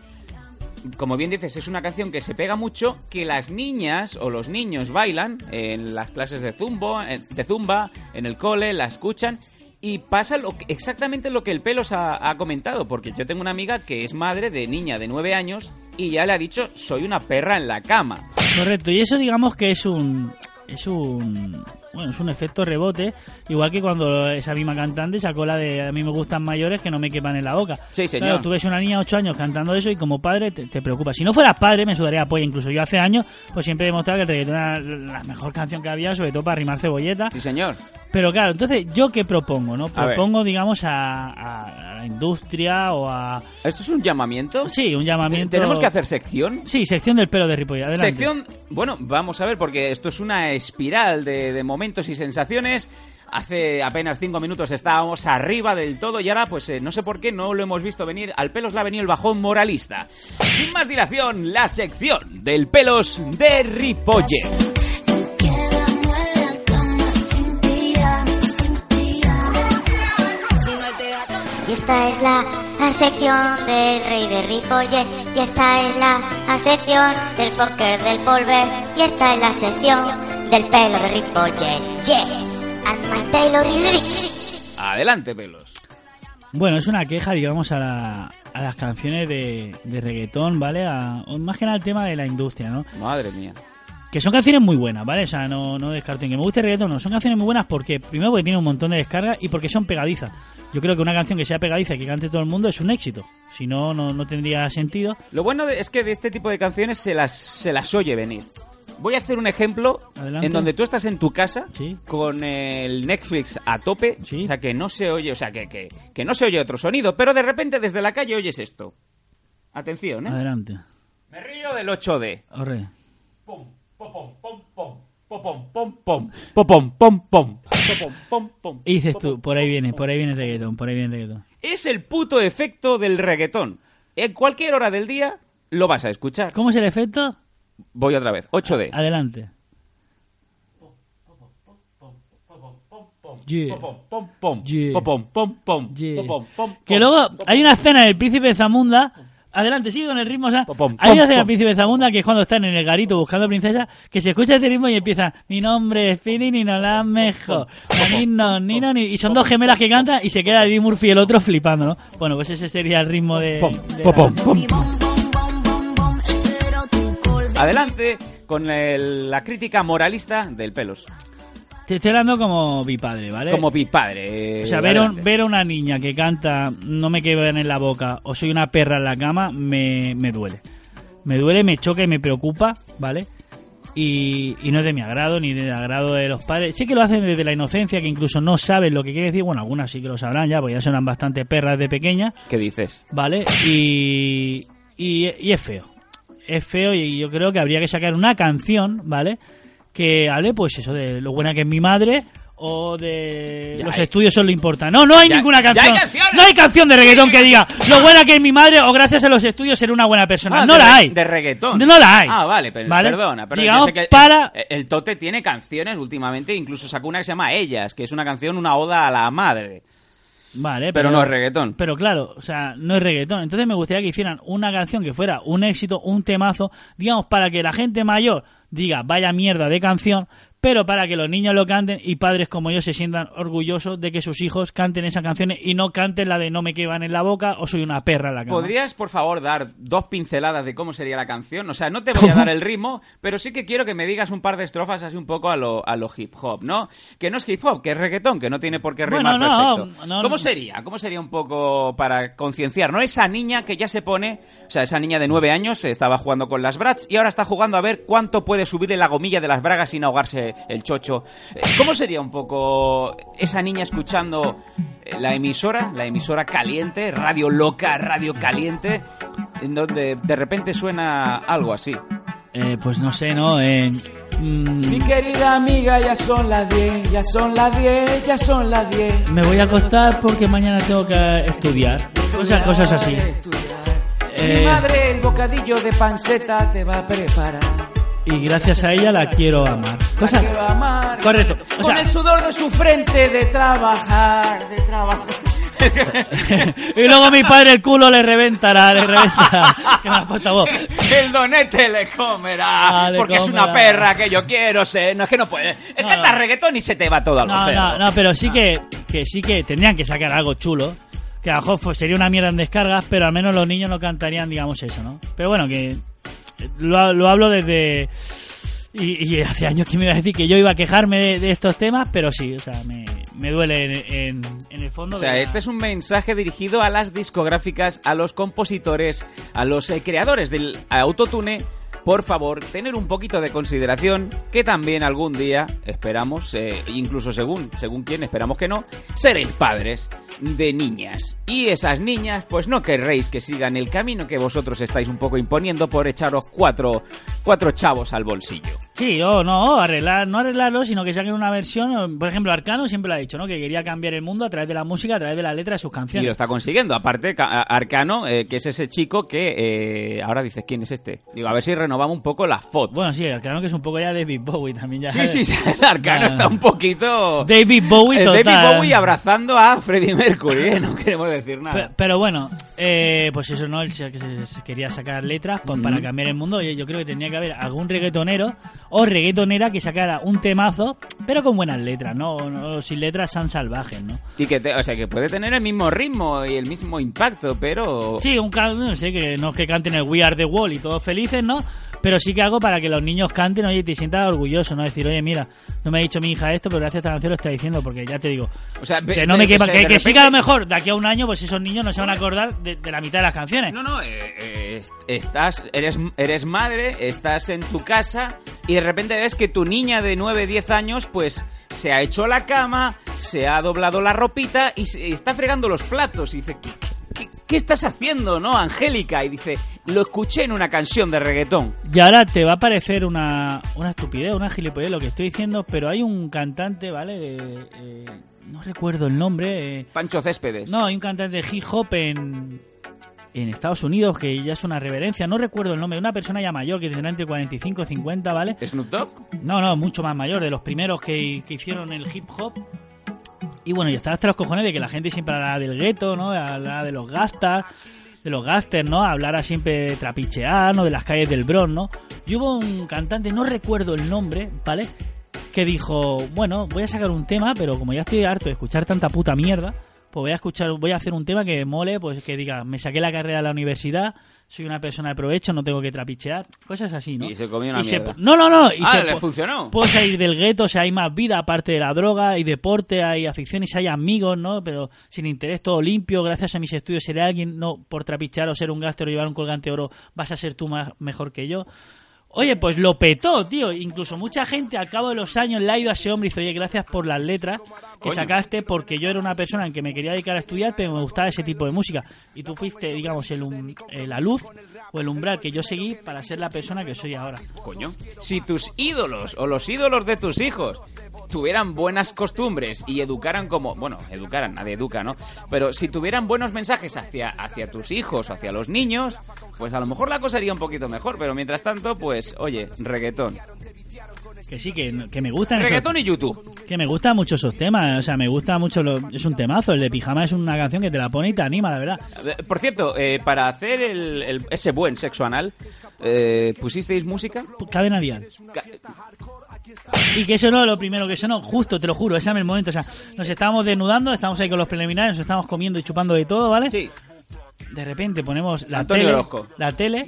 Speaker 5: como bien dices, es una canción que se pega mucho, que las niñas o los niños bailan en las clases de, zumbo, en- de zumba, en el cole, la escuchan y pasa lo que- exactamente lo que el pelos ha, ha comentado, porque yo tengo una amiga que es madre de niña de 9 años y ya le ha dicho soy una perra en la cama.
Speaker 6: Correcto, y eso digamos que es un es un bueno, es un efecto rebote, igual que cuando esa misma cantante sacó la de a mí me gustan mayores que no me quepan en la boca.
Speaker 5: Sí, señor.
Speaker 6: Claro, tú ves una niña de 8 años cantando eso y como padre te, te preocupa. Si no fueras padre, me sudaría apoyo. Incluso yo hace años, pues siempre he demostrado que el reggaetón era la la mejor canción que había, sobre todo para rimar cebolletas.
Speaker 5: Sí, señor.
Speaker 6: Pero claro, entonces, ¿yo qué propongo? no
Speaker 5: A ver.
Speaker 6: Propongo, digamos, a- a- a la industria o a,
Speaker 5: ¿Esto es un llamamiento?
Speaker 6: Sí, un llamamiento.
Speaker 5: ¿Tenemos que hacer sección?
Speaker 6: Sí, sección del pelo de Ripoll. Adelante.
Speaker 5: Sección, bueno, vamos a ver, porque esto es una espiral de, de momentos y sensaciones. Hace apenas cinco minutos estábamos arriba del todo y ahora, pues eh, no sé por qué, no lo hemos visto venir. Al pelos la ha venido el bajón moralista. Sin más dilación, la sección del pelos de Ripollet.
Speaker 8: Quedamos en la cama sin tirar, sin tirar.
Speaker 9: Y esta es la, la sección del rey de Ripollet. Y esta es la, la sección del Fokker del Polver. Y esta es la sección del pelo de Ripollet. Yes. And my Taylor is rich.
Speaker 5: Adelante, pelos.
Speaker 6: Bueno, es una queja, digamos, a, la- a las canciones de, de reggaetón, ¿vale? A, o más que nada al tema de la industria, ¿no?
Speaker 5: Madre mía.
Speaker 6: Que son canciones muy buenas, ¿vale? O sea, no, no descarten que me guste el reggaetón, no. Son canciones muy buenas porque, primero, porque tienen un montón de descargas y porque son pegadizas. Yo creo que una canción que sea pegadiza y que cante todo el mundo es un éxito. Si no, no, no tendría sentido.
Speaker 5: Lo bueno de- es que de este tipo de canciones se las, se las oye venir. Voy a hacer un ejemplo
Speaker 6: Adelante.
Speaker 5: en donde tú estás en tu casa
Speaker 6: Sí.
Speaker 5: con el Netflix a tope,
Speaker 6: Sí.
Speaker 5: o sea que no se oye, o sea que, que, que no se oye otro sonido, pero de repente desde la calle oyes esto. Atención, ¿eh?
Speaker 6: Adelante.
Speaker 5: Me río del 8D.
Speaker 6: Corre.
Speaker 5: Pom, popom, pom, pom, popom, pom, pom, popom, pom, pom, popom, pom, pom.
Speaker 6: Y dices tú, por ahí viene, por ahí viene el reggaetón, por ahí viene el reggaetón.
Speaker 5: Es el puto efecto del reggaetón. En cualquier hora del día lo vas a escuchar.
Speaker 6: ¿Cómo es el efecto?
Speaker 5: Voy otra vez, 8D.
Speaker 6: Adelante.
Speaker 5: pom
Speaker 6: Yeah.
Speaker 5: pom
Speaker 6: Yeah.
Speaker 5: pom pom pom
Speaker 6: Yeah.
Speaker 5: pom, pom,
Speaker 6: Que
Speaker 5: pom.
Speaker 6: luego hay una escena del príncipe de Zamunda. Adelante, sigue con el ritmo. o sea,
Speaker 5: Pom, pom,
Speaker 6: hay
Speaker 5: pom,
Speaker 6: una escena del
Speaker 5: pom.
Speaker 6: príncipe de Zamunda que es cuando están en el garito buscando princesa, que se escucha este ritmo y empieza Mi nombre es Fini, ni no la mejor. Nino, Nino, ni... Y son dos gemelas que cantan y se queda Eddie Murphy y el otro flipando, ¿no? Bueno, pues ese sería el ritmo de... de la-
Speaker 5: adelante con el- la crítica moralista del pelos
Speaker 6: Te estoy hablando como mi padre, ¿vale?
Speaker 5: como mi padre
Speaker 6: O sea, ver, un- ver a una niña que canta no me quedan en la boca o soy una perra en la cama me, me duele. Me duele, me choca y me preocupa, ¿vale? y, y no es de mi agrado ni de agrado de los padres. Sí que lo hacen desde la inocencia, que incluso no saben lo que quiere decir. Bueno, algunas sí que lo sabrán ya, porque ya son bastante perras de pequeñas.
Speaker 5: ¿Qué dices?
Speaker 6: ¿vale? Y, y, y es feo. Es feo y yo creo que habría que sacar una canción, ¿vale? Que hable, pues eso, de lo buena que es mi madre o de
Speaker 5: Ya
Speaker 6: los
Speaker 5: hay.
Speaker 6: estudios son lo importante. No, no hay
Speaker 5: Ya-
Speaker 6: ninguna
Speaker 5: ya hay
Speaker 6: canción.
Speaker 5: canciones.
Speaker 6: no hay canción de reggaetón que diga lo buena que es mi madre o gracias a los estudios seré una buena persona.
Speaker 5: Ah,
Speaker 6: no
Speaker 5: de
Speaker 6: la
Speaker 5: re-
Speaker 6: hay.
Speaker 5: De reggaetón.
Speaker 6: No la hay.
Speaker 5: Ah, vale, pero-
Speaker 6: ¿Vale?
Speaker 5: perdona. Pero yo
Speaker 6: Digamos,
Speaker 5: sé que eh, el-
Speaker 6: para-
Speaker 5: El, el Tote tiene canciones últimamente, incluso sacó una que se llama Ellas, que es una canción, una oda a la madre.
Speaker 6: Vale,
Speaker 5: Pero no es reggaetón.
Speaker 6: Eh, Pero claro, o sea, no es reggaetón. Entonces me gustaría que hicieran una canción que fuera un éxito, un temazo, digamos, para que la gente mayor diga, vaya mierda de canción, pero para que los niños lo canten y padres como yo se sientan orgullosos de que sus hijos canten esas canciones y no canten la de no me queban en la boca o soy una perra en la cama.
Speaker 5: ¿Podrías, por favor, dar dos pinceladas de cómo sería la canción? O sea, no te voy a dar el ritmo, pero sí que quiero que me digas un par de estrofas así un poco a lo, a lo hip hop, ¿no? Que no es hip hop, que es reggaetón, que no tiene por qué
Speaker 6: Bueno,
Speaker 5: rimar
Speaker 6: no,
Speaker 5: perfecto.
Speaker 6: no, no.
Speaker 5: ¿Cómo sería? ¿Cómo sería un poco para concienciar? ¿No? Esa niña que ya se pone, o sea, esa niña de nueve años eh, estaba jugando con las brats y ahora está jugando a ver cuánto puede subirle la gomilla de las bragas sin ahogarse el chocho. Eh, ¿Cómo sería un poco esa niña escuchando eh, la emisora, la emisora caliente, radio loca, radio caliente, en donde de repente suena algo así?
Speaker 6: Eh, pues no sé, ¿no? Eh, mm,
Speaker 7: Mi querida amiga, ya son las 10, ya son las 10, ya son las 10.
Speaker 6: me voy a acostar porque mañana tengo que estudiar. Cosas, cosas así. Eh,
Speaker 7: Mi madre el bocadillo de panceta te va a preparar.
Speaker 6: y gracias a ella la quiero amar.
Speaker 7: La
Speaker 6: Cosas,
Speaker 7: quiero amar.
Speaker 6: correcto. O
Speaker 7: Con
Speaker 6: sea-
Speaker 7: el sudor de su frente de trabajar, de trabajar.
Speaker 6: y luego mi padre el culo le reventará, le reventará. Que me has puesto vos.
Speaker 5: El donete le comerá,
Speaker 6: Ah, le
Speaker 5: porque es una
Speaker 6: comerá.
Speaker 5: perra que yo quiero ser. No es que no puede. Es
Speaker 6: No,
Speaker 5: que está
Speaker 6: no.
Speaker 5: reggaetón y se te va todo al
Speaker 6: No,
Speaker 5: cerdo.
Speaker 6: no, no, pero sí que, que sí que tendrían que sacar algo chulo. Que a lo mejor pues, sería una mierda en descargas, pero al menos los niños no cantarían, digamos, eso, ¿no? Pero bueno, que eh, lo, lo hablo desde... Y, y hace años que me iba a decir que yo iba a quejarme de, de estos temas, pero sí, o sea, me, me duele en, en- en el fondo.
Speaker 5: O sea,
Speaker 6: que-
Speaker 5: este es un mensaje dirigido a las discográficas, a los compositores, a los eh, creadores del autotune. Por favor, tener un poquito de consideración que también algún día esperamos, eh, incluso según, según quién esperamos que no, seréis padres de niñas. Y esas niñas, pues no querréis que sigan el camino que vosotros estáis un poco imponiendo por echaros cuatro, cuatro chavos al bolsillo.
Speaker 6: Sí, o no, arreglar, no arreglarlo, sino que saquen una versión. Por ejemplo, Arcano siempre lo ha dicho, ¿no? Que quería cambiar el mundo a través de la música, a través de la letra de sus
Speaker 5: Y lo
Speaker 6: canciones.
Speaker 5: está consiguiendo. Aparte, Ca- a- Arcano, eh, que es ese chico que eh, ahora dices, ¿quién es este? Digo, a ver si renovamos un poco la foto.
Speaker 6: Bueno, sí, Arcano que es un poco ya David Bowie también. Ya
Speaker 5: Sí, sí, sí, Arcano
Speaker 6: Ya.
Speaker 5: está un poquito...
Speaker 6: Ah. David Bowie
Speaker 5: Eh,
Speaker 6: total.
Speaker 5: David Bowie abrazando a Freddie Mercury, ¿eh? no queremos decir
Speaker 6: Pe-
Speaker 5: nada.
Speaker 6: pero, bueno, eh, pues eso, ¿no? Él se- que se- se quería sacar letras pues, para cambiar el mundo. Yo, yo creo que tendría que haber algún reggaetonero o reggaetonera que sacara un temazo, pero con buenas letras, ¿no? O, no- o sin letras tan salvajes, ¿no?
Speaker 5: Y que, te- o sea, que puede tener el mismo ritmo y el mismo impacto, pero...
Speaker 6: Sí, un ca- no sé, que no es que canten el We Are the Wall y todos felices, ¿no? Pero sí que hago para que los niños canten, oye, y te sientas orgulloso, ¿no? Decir, oye, mira, no me ha dicho mi hija esto, pero gracias a esta canción lo está diciendo, porque ya te digo,
Speaker 5: O sea, ve-
Speaker 6: que no me
Speaker 5: ve- o
Speaker 6: quepa,
Speaker 5: sea,
Speaker 6: que,
Speaker 5: de
Speaker 6: que
Speaker 5: repente-
Speaker 6: siga a lo mejor, de aquí a un año, pues esos niños no se van a acordar de, de la mitad de las canciones.
Speaker 5: No, no, eh, eh, est- estás, eres, eres madre, estás en tu casa y de repente ves que tu niña de 9, 10 años pues se ha hecho la cama, se ha doblado la ropita y se- está fregando los platos y dice, ¿qué, qué- qué estás haciendo, no, Angélica? Y dice, lo escuché en una canción de reggaetón.
Speaker 6: Y ahora te va a parecer una, una estupidez, una gilipollez lo que estoy diciendo, pero hay un cantante, ¿vale? De- eh, no recuerdo el nombre. eh,
Speaker 5: Pancho Céspedes.
Speaker 6: No, hay un cantante de hip hop en, en Estados Unidos que ya es una reverencia. No recuerdo el nombre. Una persona ya mayor que tendrá entre 45 y 50, ¿vale?
Speaker 5: Snoop Dogg.
Speaker 6: No, no, mucho más mayor. De los primeros que, que hicieron el hip hop. Y bueno, y está hasta los cojones de que la gente siempre habla del gueto, ¿no? Habla de los gastas, de los gasters, ¿no? Hablara siempre de trapichear, ¿no? De las calles del Bronx, ¿no? Y hubo un cantante, no recuerdo el nombre, ¿vale? Que dijo, bueno, voy a sacar un tema, pero como ya estoy harto de escuchar tanta puta mierda, pues voy a escuchar, voy a hacer un tema que mole, pues que diga, me saqué la carrera de la universidad, soy una persona de provecho, no tengo que trapichear, cosas así, ¿no?
Speaker 5: Y se comió una mierda.
Speaker 6: pu- no, no, no. Y
Speaker 5: Ah,
Speaker 6: se
Speaker 5: le
Speaker 6: pu-
Speaker 5: funcionó.
Speaker 6: Puedo salir del gueto, o sea, hay más vida aparte de la droga, hay deporte, hay aficiones, hay amigos, ¿no? Pero sin interés, todo limpio, gracias a mis estudios seré alguien, no por trapichar o ser un gáster o llevar un colgante de oro, vas a ser tú más mejor que yo. Oye, pues lo petó, tío. Incluso mucha gente al cabo de los años le ha ido a ese hombre y dice, oye, gracias por las letras que
Speaker 5: Coño.
Speaker 6: sacaste porque yo era una persona en que me quería dedicar a estudiar, pero me gustaba ese tipo de música. Y tú fuiste, digamos, el um- eh, la luz o el umbral que yo seguí para ser la persona que soy ahora.
Speaker 5: Coño. Si tus ídolos o los ídolos de tus hijos tuvieran buenas costumbres y educaran como... Bueno, educaran, nadie educa, ¿no? Pero si tuvieran buenos mensajes hacia, hacia tus hijos o hacia los niños, pues a lo mejor la cosa iría un poquito mejor. Pero mientras tanto, pues, oye, reggaetón.
Speaker 6: Que sí, que, no- que me gustan esos-
Speaker 5: Reggaetón y YouTube.
Speaker 6: que me gustan mucho esos temas. O sea, me gusta mucho... lo- es un temazo. El de Pijama es una canción que te la pone y te anima, la verdad.
Speaker 5: Eh, Por cierto, eh, para hacer el- el- ese buen sexo anal, eh, ¿pusisteis música?
Speaker 6: Pues, Cabe Navidad. Y que eso no, lo primero que no justo, te lo juro, ese es el momento. O sea, nos estábamos desnudando, estamos ahí con los preliminares, nos estábamos comiendo y chupando de todo, ¿vale?
Speaker 5: Sí.
Speaker 6: De repente ponemos la
Speaker 5: Antonio
Speaker 6: tele.
Speaker 5: Orozco.
Speaker 6: La tele.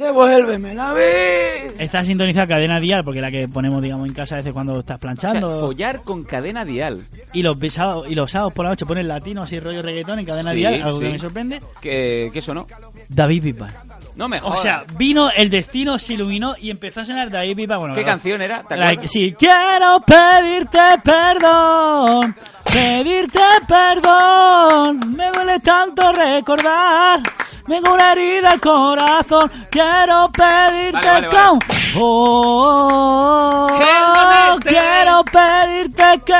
Speaker 6: Está sintonizada cadena dial, porque la que ponemos, digamos, en casa a veces cuando estás
Speaker 5: O sea,
Speaker 6: planchando.
Speaker 5: follar con cadena dial.
Speaker 6: y los sábados, y los sábados por la noche ponen latino así rollo reggaetón en cadena
Speaker 5: Sí,
Speaker 6: dial, algo que
Speaker 5: sí.
Speaker 6: me sorprende.
Speaker 5: Que, que eso no.
Speaker 6: David Bisbal.
Speaker 5: No me
Speaker 6: O
Speaker 5: jodas.
Speaker 6: sea, vino el destino, se iluminó y empezó a sonar David Bisbal. Bueno,
Speaker 5: ¿Qué
Speaker 6: la-
Speaker 5: canción era? ¿Te
Speaker 6: La-
Speaker 5: acuerdas?
Speaker 6: sí, quiero pedirte perdón, pedirte perdón, me duele tanto recordar, me duele una herida al corazón, quiero pedirte
Speaker 5: Vale, vale, vale.
Speaker 6: con- Oh,
Speaker 5: Perdonarte.
Speaker 6: quiero pedirte que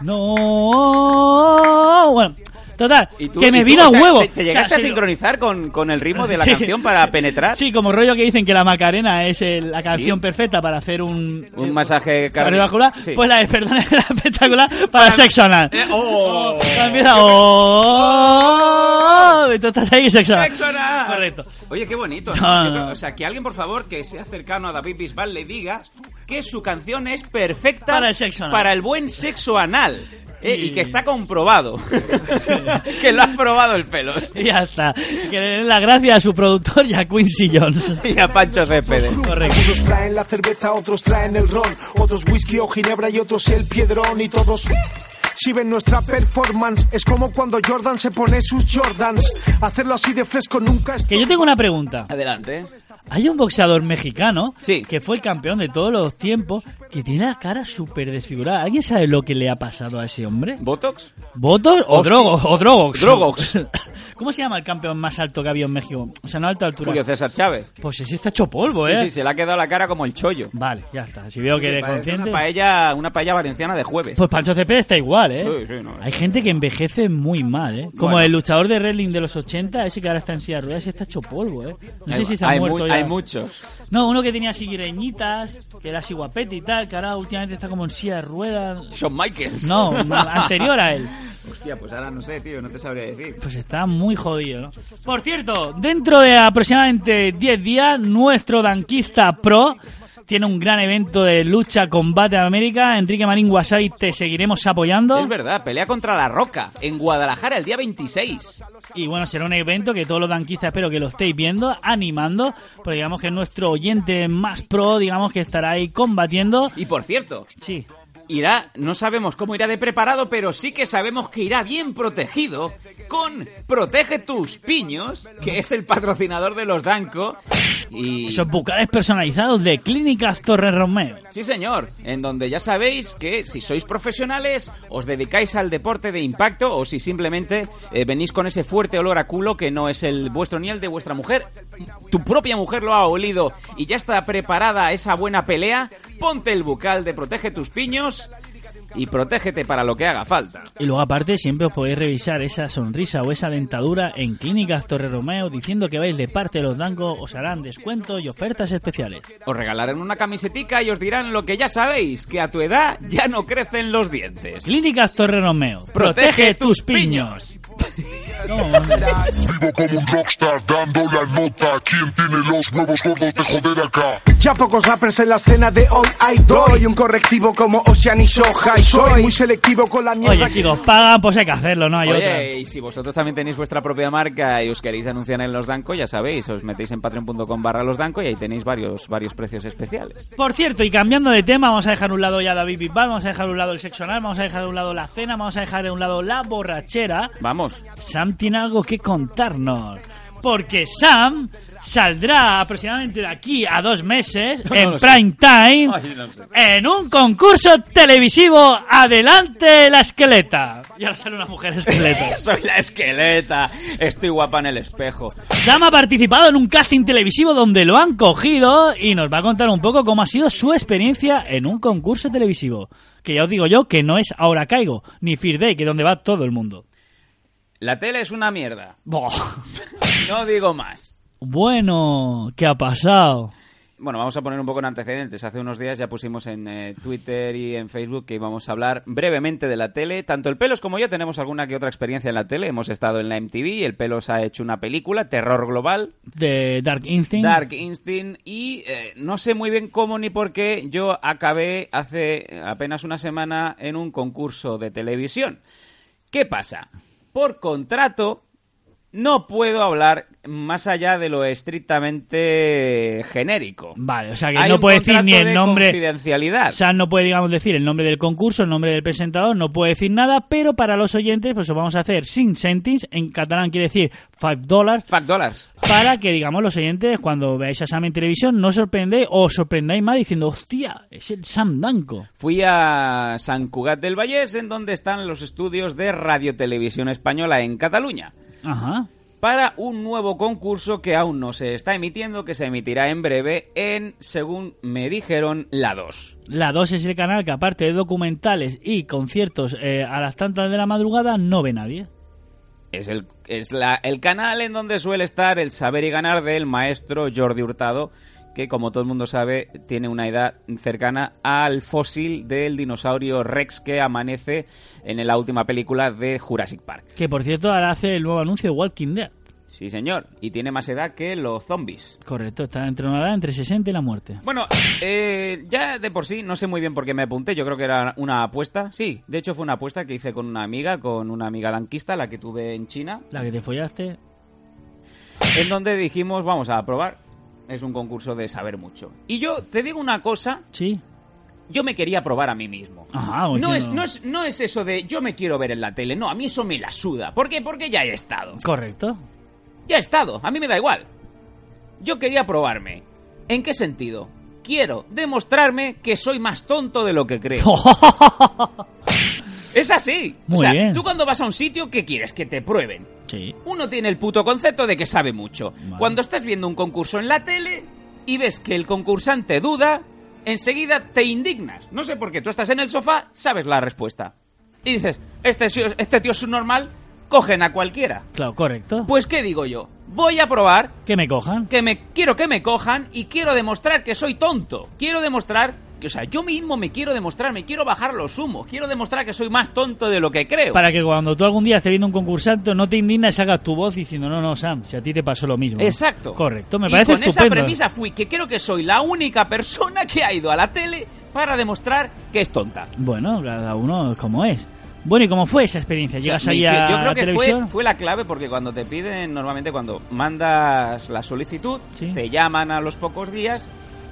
Speaker 6: no, bueno, total,
Speaker 5: ¿Y tú-
Speaker 6: que me
Speaker 5: y tú,
Speaker 6: vino
Speaker 5: o sea,
Speaker 6: a huevo,
Speaker 5: ¿Te, te
Speaker 6: O sea,
Speaker 5: llegaste a
Speaker 6: sí,
Speaker 5: sincronizar con, con el ritmo de la
Speaker 6: Sí.
Speaker 5: canción para penetrar?
Speaker 6: Sí, como rollo que dicen que la Macarena es el- la canción perfecta para hacer un,
Speaker 5: Un masaje
Speaker 6: cardiovascular,
Speaker 5: Sí.
Speaker 6: pues la de perdón es la espectacular para sexo anal.
Speaker 5: Eh, oh.
Speaker 6: Ya empieza, oh, y tú estás ahí sexo anal.
Speaker 5: Sexo anal.
Speaker 6: Correcto.
Speaker 5: Oye, qué bonito. Yo
Speaker 6: No, no.
Speaker 5: creo- o sea, que alguien, por favor, que sea cercano a David Bisbal le diga que su canción es perfecta
Speaker 6: Para el sexo anal.
Speaker 5: para el buen sexo anal. eh, y...
Speaker 6: Y-
Speaker 5: que está comprobado. que lo ha probado el pelos.
Speaker 6: Y ya está. Que le den las gracias a su productor y a Quincy Jones.
Speaker 5: Y a Pancho Cepede.
Speaker 6: Correcto.
Speaker 10: Unos traen la cerveza, otros traen el ron, otros whisky o ginebra y otros el piedrón y todos... Si ven nuestra performance, es como cuando Jordan se pone sus Jordans. Hacerlo así de fresco nunca es...
Speaker 6: Que yo tengo una pregunta.
Speaker 5: Adelante.
Speaker 6: Hay un boxeador mexicano
Speaker 5: Sí.
Speaker 6: que fue el campeón de todos los tiempos que tiene la cara súper desfigurada. ¿Alguien sabe lo que le ha pasado a ese hombre?
Speaker 5: ¿Botox?
Speaker 6: ¿Votos o drogos? O drogox.
Speaker 5: Drogox.
Speaker 6: ¿Cómo se llama el campeón más alto que había en México? O sea, no alta altura.
Speaker 5: Julio César Chávez.
Speaker 6: Pues ese está hecho polvo,
Speaker 5: Sí,
Speaker 6: ¿eh?
Speaker 5: sí, se le ha quedado la cara como el chollo.
Speaker 6: Vale, ya está. Si veo que eres
Speaker 5: Parece
Speaker 6: consciente.
Speaker 5: Una paella, una paella valenciana de jueves.
Speaker 6: Pues Pancho Cepeda está igual, ¿eh?
Speaker 5: Sí, sí, no,
Speaker 6: Hay gente que envejece muy mal, ¿eh? Como
Speaker 5: Bueno.
Speaker 6: el luchador de wrestling de los 80, ese que ahora está en silla de ruedas, ese está hecho polvo, ¿eh? No sé si se ha
Speaker 5: hay, mu-
Speaker 6: muerto ya.
Speaker 5: hay muchos.
Speaker 6: No, uno que tenía así greñitas, que era así guapete y tal, que ahora últimamente está como en silla de ruedas.
Speaker 5: Shawn Michaels.
Speaker 6: No, anterior a él.
Speaker 5: Hostia, pues ahora no sé, tío, no te sabría decir.
Speaker 6: Pues está muy jodido, ¿no? Por cierto, dentro de aproximadamente 10 días, nuestro Danquista Pro tiene un gran evento de lucha combate en América. Enrique Marín Wasabi, te seguiremos apoyando.
Speaker 5: Es verdad, pelea contra La Roca en Guadalajara el día 26.
Speaker 6: Y bueno, será un evento que todos los danquistas espero que lo estéis viendo, animando, porque digamos que es nuestro oyente más pro, digamos que estará ahí combatiendo.
Speaker 5: Y por cierto,
Speaker 6: Sí,
Speaker 5: irá, no sabemos cómo irá de preparado, pero sí que sabemos que irá bien protegido con Protege tus piños, que es el patrocinador de los Danco. Y
Speaker 6: esos bucales personalizados de Clínicas Torres Romeo.
Speaker 5: Sí, señor, en donde ya sabéis que si sois profesionales, os dedicáis al deporte de impacto o si simplemente eh, venís con ese fuerte olor a culo que no es el vuestro ni el de vuestra mujer, tu propia mujer lo ha olido y ya está preparada esa buena pelea, ponte el bucal de protege tus piños y protégete para lo que haga falta.
Speaker 6: Y luego aparte siempre os podéis revisar esa sonrisa o esa dentadura en Clínicas Torre Romeo diciendo que vais de parte de los Danco, os harán descuentos y ofertas especiales.
Speaker 5: Os regalarán una camisetica y os dirán lo que ya sabéis, que a tu edad ya no crecen los dientes.
Speaker 6: Clínicas Torre Romeo, protege, tus piños.
Speaker 3: Vivo como un rockstar dando la nota. ¿Quién tiene los huevos gordos de joder acá?
Speaker 10: Ya pocos rappers en la escena de hoy hay doy. Un correctivo como Ocean y Soja y soy muy selectivo con la mierda
Speaker 6: Oye chicos, pagan, pues hay que hacerlo, ¿no? Hay otra.
Speaker 5: Oye, y si vosotros también tenéis vuestra propia marca y os queréis anunciar en los Danco, ya sabéis, os metéis en patreon.com barra los Danco y ahí tenéis varios, varios precios especiales.
Speaker 6: Por cierto, y cambiando de tema, vamos a dejar a un lado ya David Bisbal, vamos a dejar a un lado el sexo anal, vamos a dejar a un lado la cena, vamos a dejar a un lado la borrachera.
Speaker 5: Vamos.
Speaker 6: Sam tiene algo que contarnos. Porque Sam saldrá aproximadamente de aquí a dos meses
Speaker 5: No, no
Speaker 6: en
Speaker 5: lo
Speaker 6: prime time
Speaker 5: Ay, no sé.
Speaker 6: en un concurso televisivo Adelante la esqueleta. Y ahora sale una mujer esqueleta.
Speaker 5: Soy la esqueleta. Estoy guapa en el espejo.
Speaker 6: Sam ha participado en un casting televisivo donde lo han cogido y nos va a contar un poco cómo ha sido su experiencia en un concurso televisivo. Que ya os digo yo que no es Ahora Caigo, ni Fear Day, que es donde va todo el mundo.
Speaker 5: La tele es una mierda.
Speaker 6: Boh.
Speaker 5: No digo más.
Speaker 6: Bueno, ¿qué ha pasado?
Speaker 5: Bueno, vamos a poner un poco en antecedentes. Hace unos días ya pusimos en eh, Twitter y en Facebook que íbamos a hablar brevemente de la tele. Tanto el Pelos como yo tenemos alguna que otra experiencia en la tele. Hemos estado en la MTV, el Pelos ha hecho una película, Terror Global,
Speaker 6: De Dark Instinct.
Speaker 5: Dark Instinct, y eh, no sé muy bien cómo ni por qué yo acabé hace apenas una semana en un concurso de televisión. ¿Qué pasa? Por contrato no puedo hablar más allá de lo estrictamente genérico.
Speaker 6: Vale, o sea que
Speaker 5: Hay
Speaker 6: no
Speaker 5: un
Speaker 6: puede decir ni
Speaker 5: contrato
Speaker 6: el
Speaker 5: de
Speaker 6: nombre.
Speaker 5: Confidencialidad.
Speaker 6: O sea, no puede, digamos, decir el nombre del concurso, el nombre del presentador, no puede decir nada, pero para los oyentes, pues os vamos a hacer sin sentence, en catalán quiere decir five dollars,
Speaker 5: Fact dollars.
Speaker 6: para que, digamos, los oyentes, cuando veáis a Sam en televisión, no os sorprendáis o os sorprendáis más diciendo, hostia, es el Sam Danco.
Speaker 5: Fui a San Cugat del Vallés, en donde están los estudios de Radio Televisión Española en Cataluña,
Speaker 6: Ajá.
Speaker 5: para un nuevo concurso que aún no se está emitiendo, que se emitirá en breve en, según me dijeron, la 2.
Speaker 6: La 2 es el canal que, aparte de documentales y conciertos eh, a las tantas de la madrugada, no ve nadie.
Speaker 5: Es, el, es la- el canal en donde suele estar el saber y ganar del maestro Jordi Hurtado, que como todo el mundo sabe tiene una edad cercana al fósil del dinosaurio Rex que amanece en la última película de Jurassic Park.
Speaker 6: Que, por cierto, ahora hace el nuevo anuncio de Walking Dead.
Speaker 5: Sí, señor. Y tiene más edad que los zombies.
Speaker 6: Correcto, está entre una edad entre 60 y la muerte.
Speaker 5: Bueno, eh, ya de por sí, no sé muy bien por qué me apunté. Yo creo que era una apuesta. Sí, de hecho fue una apuesta que hice con una amiga, con una amiga danquista, la que tuve en China,
Speaker 6: La que te follaste.
Speaker 5: en donde dijimos, vamos a probar. Es un concurso de saber mucho. Y yo te digo una cosa,
Speaker 6: Sí.
Speaker 5: yo me quería probar a mí mismo.
Speaker 6: Ajá, o
Speaker 5: Ah, No
Speaker 6: sea,
Speaker 5: es, no, es, no es eso de yo me quiero ver en la tele, no, a mí eso me la suda. ¿Por qué? Porque ya he estado.
Speaker 6: Correcto.
Speaker 5: Ya he estado, a mí me da igual. Yo quería probarme. ¿En qué sentido? Quiero demostrarme que soy más tonto de lo que creo. es así.
Speaker 6: Muy
Speaker 5: o sea,
Speaker 6: bien.
Speaker 5: tú cuando vas a un sitio, ¿qué quieres? Que te prueben.
Speaker 6: Sí.
Speaker 5: Uno tiene el puto concepto de que sabe mucho.
Speaker 6: Vale.
Speaker 5: Cuando estás viendo un concurso en la tele y ves que el concursante duda, enseguida te indignas. No sé por qué, tú estás en el sofá, sabes la respuesta. Y dices, este, este tío es un normal, cogen a cualquiera.
Speaker 6: Claro, correcto.
Speaker 5: Pues qué digo yo, voy a probar
Speaker 6: que me cojan.
Speaker 5: que me quiero que me cojan y quiero demostrar que soy tonto. Quiero demostrar que, o sea, yo mismo me quiero demostrar, me quiero bajar los humos, quiero demostrar que soy más tonto de lo que creo.
Speaker 6: Para que cuando tú algún día estés viendo un concursante no te indignes y hagas tu voz diciendo, no, no, Sam, si a ti te pasó lo mismo.
Speaker 5: Exacto.
Speaker 6: Correcto, me
Speaker 5: y
Speaker 6: parece
Speaker 5: con esa
Speaker 6: estupendo.
Speaker 5: premisa fui que creo que soy la única persona que ha ido a la tele para demostrar que es tonta.
Speaker 6: Bueno, cada uno es como es. Bueno, ¿y cómo fue esa experiencia?
Speaker 5: O sea,
Speaker 6: ¿Llegas
Speaker 5: me
Speaker 6: ahí
Speaker 5: hici-
Speaker 6: a
Speaker 5: yo creo
Speaker 6: la
Speaker 5: que fue,
Speaker 6: televisión?
Speaker 5: fue la clave porque cuando te piden, normalmente cuando mandas la solicitud,
Speaker 6: Sí.
Speaker 5: te llaman a los pocos días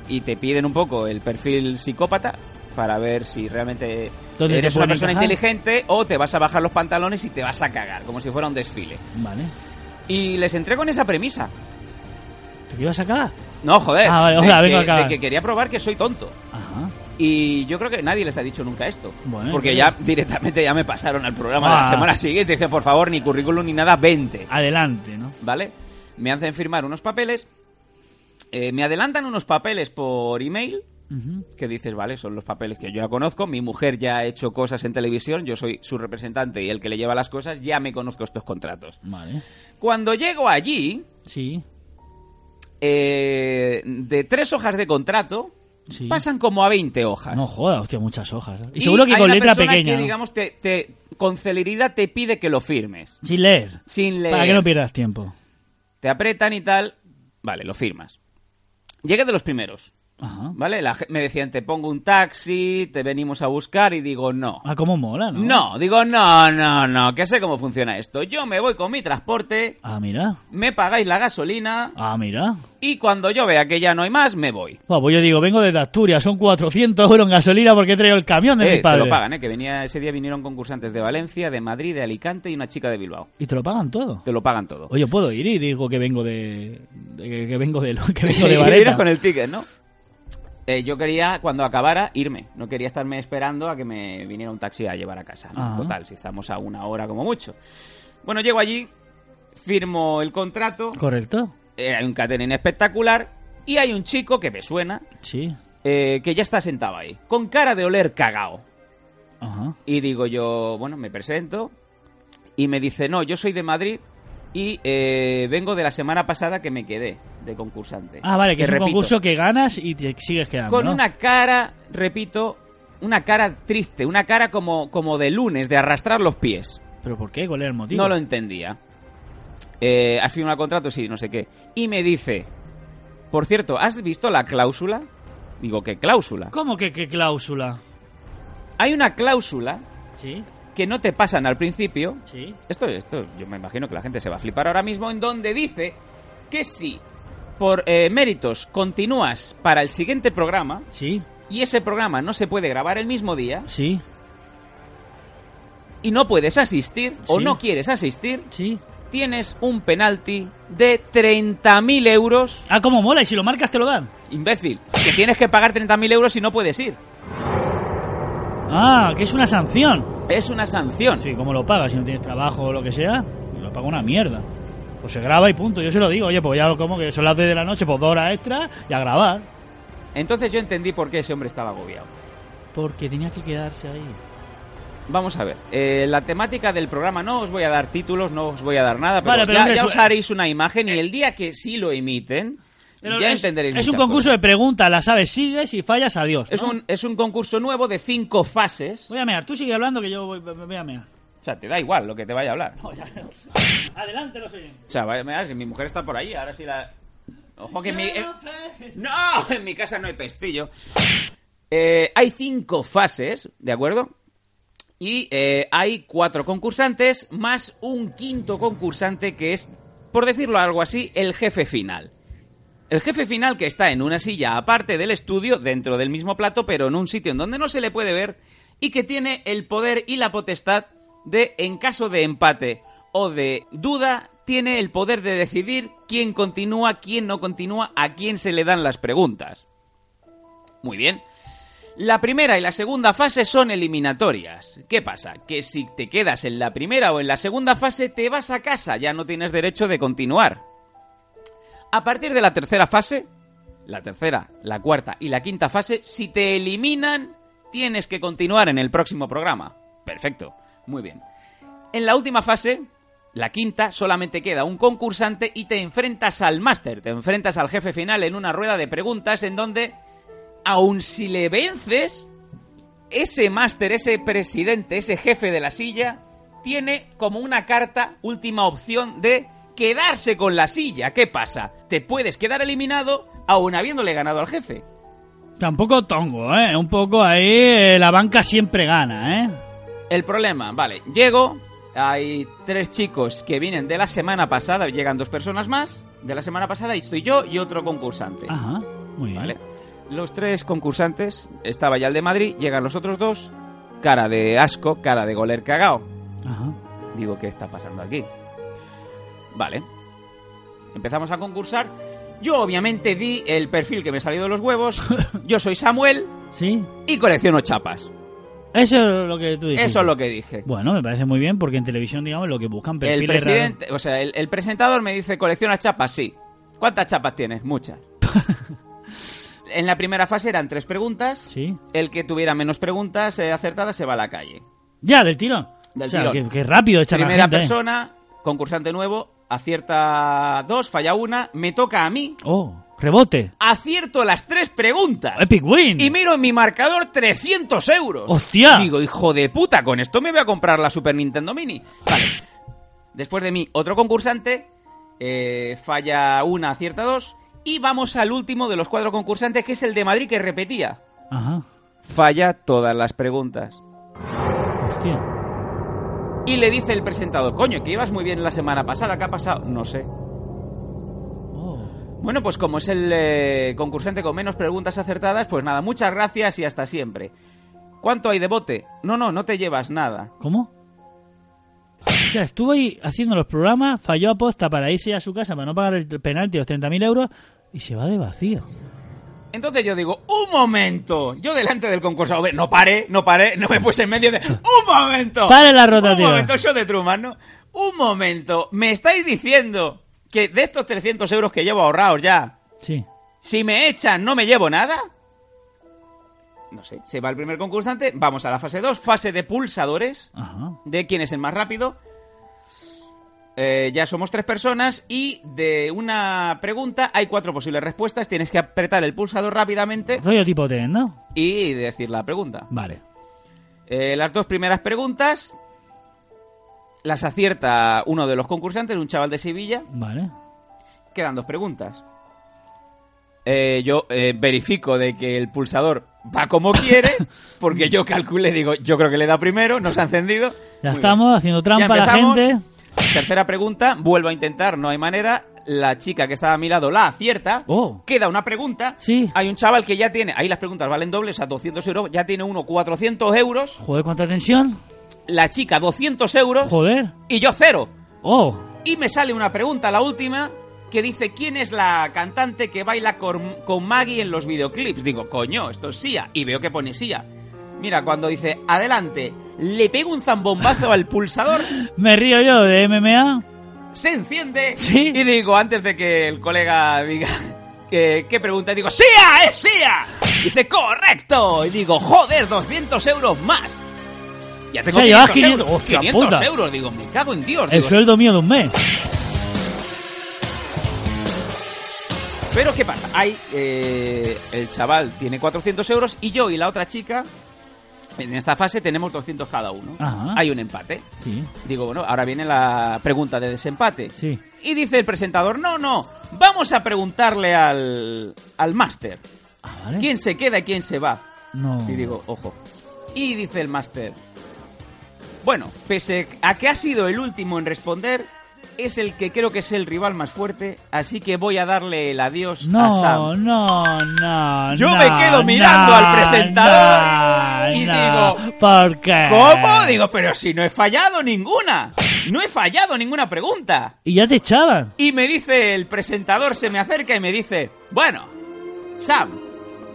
Speaker 5: y te piden un poco el perfil psicópata para ver si realmente
Speaker 6: ¿Dónde te
Speaker 5: eres una
Speaker 6: pueden
Speaker 5: persona
Speaker 6: encajar?
Speaker 5: inteligente o te vas a bajar los pantalones y te vas a cagar, como si fuera un desfile.
Speaker 6: Vale.
Speaker 5: Y les entré con esa premisa.
Speaker 6: ¿Te ibas a cagar?
Speaker 5: No, joder.
Speaker 6: Ah, vale,
Speaker 5: de
Speaker 6: hola,
Speaker 5: que-
Speaker 6: vengo a
Speaker 5: de
Speaker 6: cagar.
Speaker 5: que quería probar que soy tonto.
Speaker 6: Ajá.
Speaker 5: Y yo creo que nadie les ha dicho nunca esto.
Speaker 6: Bueno,
Speaker 5: porque
Speaker 6: bien.
Speaker 5: ya directamente ya me pasaron al programa de
Speaker 6: Ah.
Speaker 5: la semana siguiente. Dice, por favor, ni currículum ni nada, vente.
Speaker 6: Adelante, ¿no?
Speaker 5: ¿Vale? Me hacen firmar unos papeles. eh, me adelantan unos papeles por email.
Speaker 6: Ujú.
Speaker 5: Que dices, vale, son los papeles que yo ya conozco. Mi mujer ya ha hecho cosas en televisión. Yo soy su representante y el que le lleva las cosas. Ya me conozco estos contratos.
Speaker 6: Vale.
Speaker 5: Cuando llego allí,
Speaker 6: Sí.
Speaker 5: eh, de tres hojas de contrato,
Speaker 6: Sí.
Speaker 5: pasan como a 20 hojas.
Speaker 6: No joda, hostia, muchas hojas. Y, seguro que
Speaker 5: hay
Speaker 6: con
Speaker 5: una
Speaker 6: letra
Speaker 5: persona
Speaker 6: pequeña.
Speaker 5: Que,
Speaker 6: ¿no?
Speaker 5: digamos, te, te- con celeridad te pide que lo firmes.
Speaker 6: Sin leer.
Speaker 5: Sin leer.
Speaker 6: Para que no pierdas tiempo.
Speaker 5: Te apretan y tal. Vale, lo firmas. Llegué de los primeros.
Speaker 6: Ajá.
Speaker 5: ¿Vale? La ge- me decían, te pongo un taxi, te venimos a buscar y digo, no.
Speaker 6: Ah, cómo mola, ¿no?
Speaker 5: No, digo, no, no, no, que sé cómo funciona esto. Yo me voy con mi transporte,
Speaker 6: Ah, mira.
Speaker 5: me pagáis la gasolina
Speaker 6: Ah, mira.
Speaker 5: y cuando yo vea que ya no hay más, me voy.
Speaker 6: Buah, pues yo digo, vengo desde Asturias, son 400 euros en gasolina porque he traído el camión de
Speaker 5: Eh,
Speaker 6: mi
Speaker 5: te
Speaker 6: padre.
Speaker 5: lo pagan, ¿eh? Que venía, ese día vinieron concursantes de Valencia, de Madrid, de Alicante y una chica de Bilbao.
Speaker 6: Y te lo pagan todo.
Speaker 5: Te lo pagan todo.
Speaker 6: Oye, puedo ir y digo que vengo de. de- que, que vengo de. que vengo de
Speaker 5: Y
Speaker 6: Vareta.
Speaker 5: vienes con el ticket, ¿no? Eh, yo quería, cuando acabara, irme. No quería estarme esperando a que me viniera un taxi a llevar a casa. ¿no?
Speaker 6: Ajá.
Speaker 5: Total, si estamos a una hora como mucho. Bueno, llego allí, firmo el contrato,
Speaker 6: Correcto.
Speaker 5: eh, hay un catering espectacular y hay un chico que me suena,
Speaker 6: Sí.
Speaker 5: eh, que ya está sentado ahí, con cara de oler cagao.
Speaker 6: Ajá.
Speaker 5: Y digo yo, bueno, me presento y me dice, no, yo soy de Madrid y eh, vengo de la semana pasada que me quedé de concursante.
Speaker 6: Ah, vale, que, es un
Speaker 5: repito,
Speaker 6: concurso que ganas y te sigues quedando.
Speaker 5: con
Speaker 6: ¿no?
Speaker 5: una cara, repito, una cara triste, una cara como, como de lunes, de arrastrar los pies.
Speaker 6: ¿Pero por qué? ¿Cuál es el motivo?
Speaker 5: No lo entendía. Eh, ¿Has firmado contrato? Sí, no sé qué. Y me dice, por cierto, ¿has visto la cláusula? Digo, ¿qué cláusula?
Speaker 6: ¿Cómo que qué cláusula?
Speaker 5: Hay una cláusula
Speaker 6: Sí,
Speaker 5: que no te pasan al principio.
Speaker 6: sí.
Speaker 5: Esto, esto, yo me imagino que la gente se va a flipar ahora mismo, en donde dice que si por eh, méritos continúas para el siguiente programa
Speaker 6: Sí,
Speaker 5: y ese programa no se puede grabar el mismo día,
Speaker 6: sí,
Speaker 5: y no puedes asistir o
Speaker 6: Sí.
Speaker 5: no quieres asistir,
Speaker 6: sí.
Speaker 5: tienes un penalti de 30.000 euros,
Speaker 6: Ah, cómo mola, y si lo marcas te lo dan.
Speaker 5: imbécil, que tienes que pagar 30.000 euros si no puedes ir.
Speaker 6: Ah, que es una sanción.
Speaker 5: Es una sanción.
Speaker 6: Sí, ¿cómo lo pagas? Si no tienes trabajo o lo que sea, lo paga una mierda. Pues se graba y punto. Yo se lo digo, oye, pues ya lo como que son las 10 de la noche, pues dos horas extra y a grabar.
Speaker 5: Entonces yo entendí por qué ese hombre estaba agobiado.
Speaker 6: Porque tenía que quedarse ahí.
Speaker 5: Vamos a ver, eh, la temática del programa no os voy a dar títulos, no os voy a dar nada, pero,
Speaker 6: Vale, pero
Speaker 5: ya,
Speaker 6: hombre,
Speaker 5: ya
Speaker 6: su-
Speaker 5: os haréis una imagen y el día que sí lo emiten,
Speaker 6: eh, Pero
Speaker 5: ya
Speaker 6: es,
Speaker 5: entenderéis.
Speaker 6: Es un
Speaker 5: muchas
Speaker 6: concurso
Speaker 5: cosas.
Speaker 6: de preguntas, la sabes, sigues y fallas, adiós.
Speaker 5: Es
Speaker 6: ¿no?
Speaker 5: un, es un concurso nuevo de cinco fases. O
Speaker 6: Voy a mear, tú sigue hablando que yo voy, voy a mear.
Speaker 5: sea, te da igual lo que te vaya a hablar.
Speaker 6: Adelante los oyentes.
Speaker 5: O sea, vaya, mira, si mi mujer está por ahí, ahora sí la... Ojo que mi... eh, ¡No! En mi casa no hay pestillo. Eh, hay cinco fases, ¿de acuerdo? Y eh, hay cuatro concursantes más un quinto concursante que es, por decirlo algo así, el jefe final. El jefe final que está en una silla aparte del estudio, dentro del mismo plato, pero en un sitio en donde no se le puede ver, y que tiene el poder y la potestad de, en caso de empate o de duda, tiene el poder de decidir quién continúa, quién no continúa, a quién se le dan las preguntas. Muy bien. La primera y la segunda fase son eliminatorias. ¿Qué pasa? Que si te quedas en la primera o en la segunda fase, te vas a casa, ya no tienes derecho de continuar. A partir de la tercera fase, la tercera, la cuarta y la quinta fase, si te eliminan, tienes que continuar en el próximo programa. Perfecto, muy bien. En la última fase, la quinta, solamente queda un concursante y te enfrentas al máster, te enfrentas al jefe final en una rueda de preguntas en donde, aun si le vences, ese máster, ese presidente, ese jefe de la silla, tiene como una carta, última opción de quedarse con la silla. ¿Qué pasa? Te puedes quedar eliminado aun habiéndole ganado al jefe.
Speaker 6: Tampoco tongo, ¿eh? Un poco ahí eh, la banca siempre gana, ¿eh?
Speaker 5: El problema, vale, llego, hay tres chicos que vienen de la semana pasada, llegan dos personas más, de la semana pasada y estoy yo y otro concursante.
Speaker 6: Ajá, muy bien.
Speaker 5: Vale. Los tres concursantes, estaba ya el de Madrid, llegan los otros dos, cara de asco, cara de goler cagao.
Speaker 6: Ajá.
Speaker 5: Digo, ¿qué está pasando aquí? Vale. Empezamos a concursar. Yo obviamente di el perfil que me salió de los huevos. Yo soy Samuel
Speaker 6: Sí,
Speaker 5: y colecciono chapas.
Speaker 6: eso es lo que tú dices.
Speaker 5: Eso es lo que dije.
Speaker 6: Bueno, me parece muy bien porque en televisión, digamos, lo que buscan
Speaker 5: El
Speaker 6: perfiles
Speaker 5: presidente, o sea, el, el presentador me dice, colecciona chapas, sí. ¿Cuántas chapas tienes? Muchas. en la primera fase eran tres preguntas.
Speaker 6: raros. Sí.
Speaker 5: El que tuviera menos preguntas eh, acertadas se va a la calle.
Speaker 6: Ya, del tirón.
Speaker 5: Del
Speaker 6: o sea,
Speaker 5: tirón.
Speaker 6: Que, que rápido echar
Speaker 5: Primera
Speaker 6: la gente, ¿eh?
Speaker 5: persona, concursante nuevo, acierta dos, falla una, me toca a mí,
Speaker 6: Oh, rebote.
Speaker 5: acierto las tres preguntas.
Speaker 6: Epic win.
Speaker 5: Y miro en mi marcador 300 euros.
Speaker 6: ¡Hostia!
Speaker 5: Digo, hijo de puta, con esto me voy a comprar la Super Nintendo Mini. Vale. Después de mí, otro concursante. eh, falla una, acierta dos. Y vamos al último de los cuatro concursantes, que es el de Madrid, que repetía.
Speaker 6: Ajá.
Speaker 5: Falla todas las preguntas.
Speaker 6: Hostia.
Speaker 5: Y le dice el presentador, coño, que ibas muy bien la semana pasada, ¿qué ha pasado? No sé.
Speaker 6: Oh.
Speaker 5: Bueno, pues como es el eh, concursante con menos preguntas acertadas, pues nada, muchas gracias y hasta siempre. ¿Cuánto hay de bote? No, no, no te llevas nada.
Speaker 6: ¿Cómo? O sea, estuvo ahí haciendo los programas, falló aposta para irse a su casa para no pagar el penalti de los 30.000 euros y se va de vacío.
Speaker 5: Entonces yo digo, un momento. Yo delante del concurso, ver, no paré, no paré, no me puse en medio de... ¡Un momento!
Speaker 6: Pare la rotativa.
Speaker 5: Un momento, yo de Truman, ¿no? Un momento. Me estáis diciendo que de estos 300 euros que llevo ahorrados ya,
Speaker 6: Sí.
Speaker 5: Si me echan, no me llevo nada. No sé, se va el primer concursante. Vamos a la fase 2, fase de pulsadores.
Speaker 6: Ajá.
Speaker 5: De quién es el más rápido. Eh, ya somos tres personas y de una pregunta hay cuatro posibles respuestas. Tienes que apretar el pulsador rápidamente
Speaker 6: Rollo tipo ten, ¿no?
Speaker 5: y decir la pregunta.
Speaker 6: Vale.
Speaker 5: Eh, las dos primeras preguntas las acierta uno de los concursantes, un chaval de Sevilla.
Speaker 6: Vale.
Speaker 5: Quedan dos preguntas. Eh, yo eh, verifico de que el pulsador va como quiere, porque yo calculé, digo, yo creo que le da primero, no se ha encendido.
Speaker 6: Ya
Speaker 5: Muy
Speaker 6: estamos haciendo
Speaker 5: bien. Ya
Speaker 6: trampa a la
Speaker 5: empezamos.
Speaker 6: gente.
Speaker 5: Tercera pregunta, vuelvo a intentar, no hay manera. La chica que estaba a mi lado la acierta.
Speaker 6: Oh.
Speaker 5: Queda una pregunta.
Speaker 6: Sí.
Speaker 5: Hay un chaval que ya tiene, ahí las preguntas valen dobles, o sea, 200 euros, ya tiene uno 400 euros.
Speaker 6: Joder, cuánta tensión.
Speaker 5: La chica 200 euros
Speaker 6: Joder.
Speaker 5: y yo cero.
Speaker 6: Oh.
Speaker 5: Y me sale una pregunta, la última, que dice ¿Quién es la cantante que baila con, con Maggie en los videoclips? Digo, coño, esto es Sia. Y veo que pone Sia. Mira, cuando dice, adelante, le pego un zambombazo al pulsador,
Speaker 6: Me río yo de MMA.
Speaker 5: se enciende.
Speaker 6: Sí.
Speaker 5: Y digo, antes de que el colega diga que, qué pregunta, digo, ¡Sia! ¡Es Sia! Dice, correcto. Y digo, joder, 200 euros más. Ya tengo
Speaker 6: O sea, llevas
Speaker 5: 500,
Speaker 6: 500,
Speaker 5: euros.
Speaker 6: hostia
Speaker 5: 500
Speaker 6: puta.
Speaker 5: euros. Digo, me cago en Dios.
Speaker 6: El
Speaker 5: Digo,
Speaker 6: sueldo mío de un mes.
Speaker 5: Pero ¿qué pasa? Hay, eh, el chaval tiene 400 euros y yo y la otra chica, en esta fase tenemos 200 cada uno.
Speaker 6: Ajá.
Speaker 5: Hay un empate.
Speaker 6: Sí.
Speaker 5: Digo, bueno, ahora viene la pregunta de desempate.
Speaker 6: Sí.
Speaker 5: Y dice el presentador, no, no, vamos a preguntarle al, al máster.
Speaker 6: Ah, vale.
Speaker 5: ¿Quién se queda y quién se va?
Speaker 6: No.
Speaker 5: Y digo, ojo. Y dice el máster. Bueno, pese a que ha sido el último en responder, es el que creo que es el rival más fuerte, así que voy a darle el adiós a
Speaker 6: No,
Speaker 5: Sam.
Speaker 6: no, no.
Speaker 5: Yo
Speaker 6: no,
Speaker 5: me quedo mirando
Speaker 6: no,
Speaker 5: al presentador
Speaker 6: no,
Speaker 5: y
Speaker 6: no.
Speaker 5: digo,
Speaker 6: ¿por qué?
Speaker 5: ¿Cómo? Digo, pero si no he fallado ninguna. No he fallado ninguna pregunta.
Speaker 6: Y ya te echaban.
Speaker 5: Y me dice el presentador, se me acerca y me dice, bueno, Sam,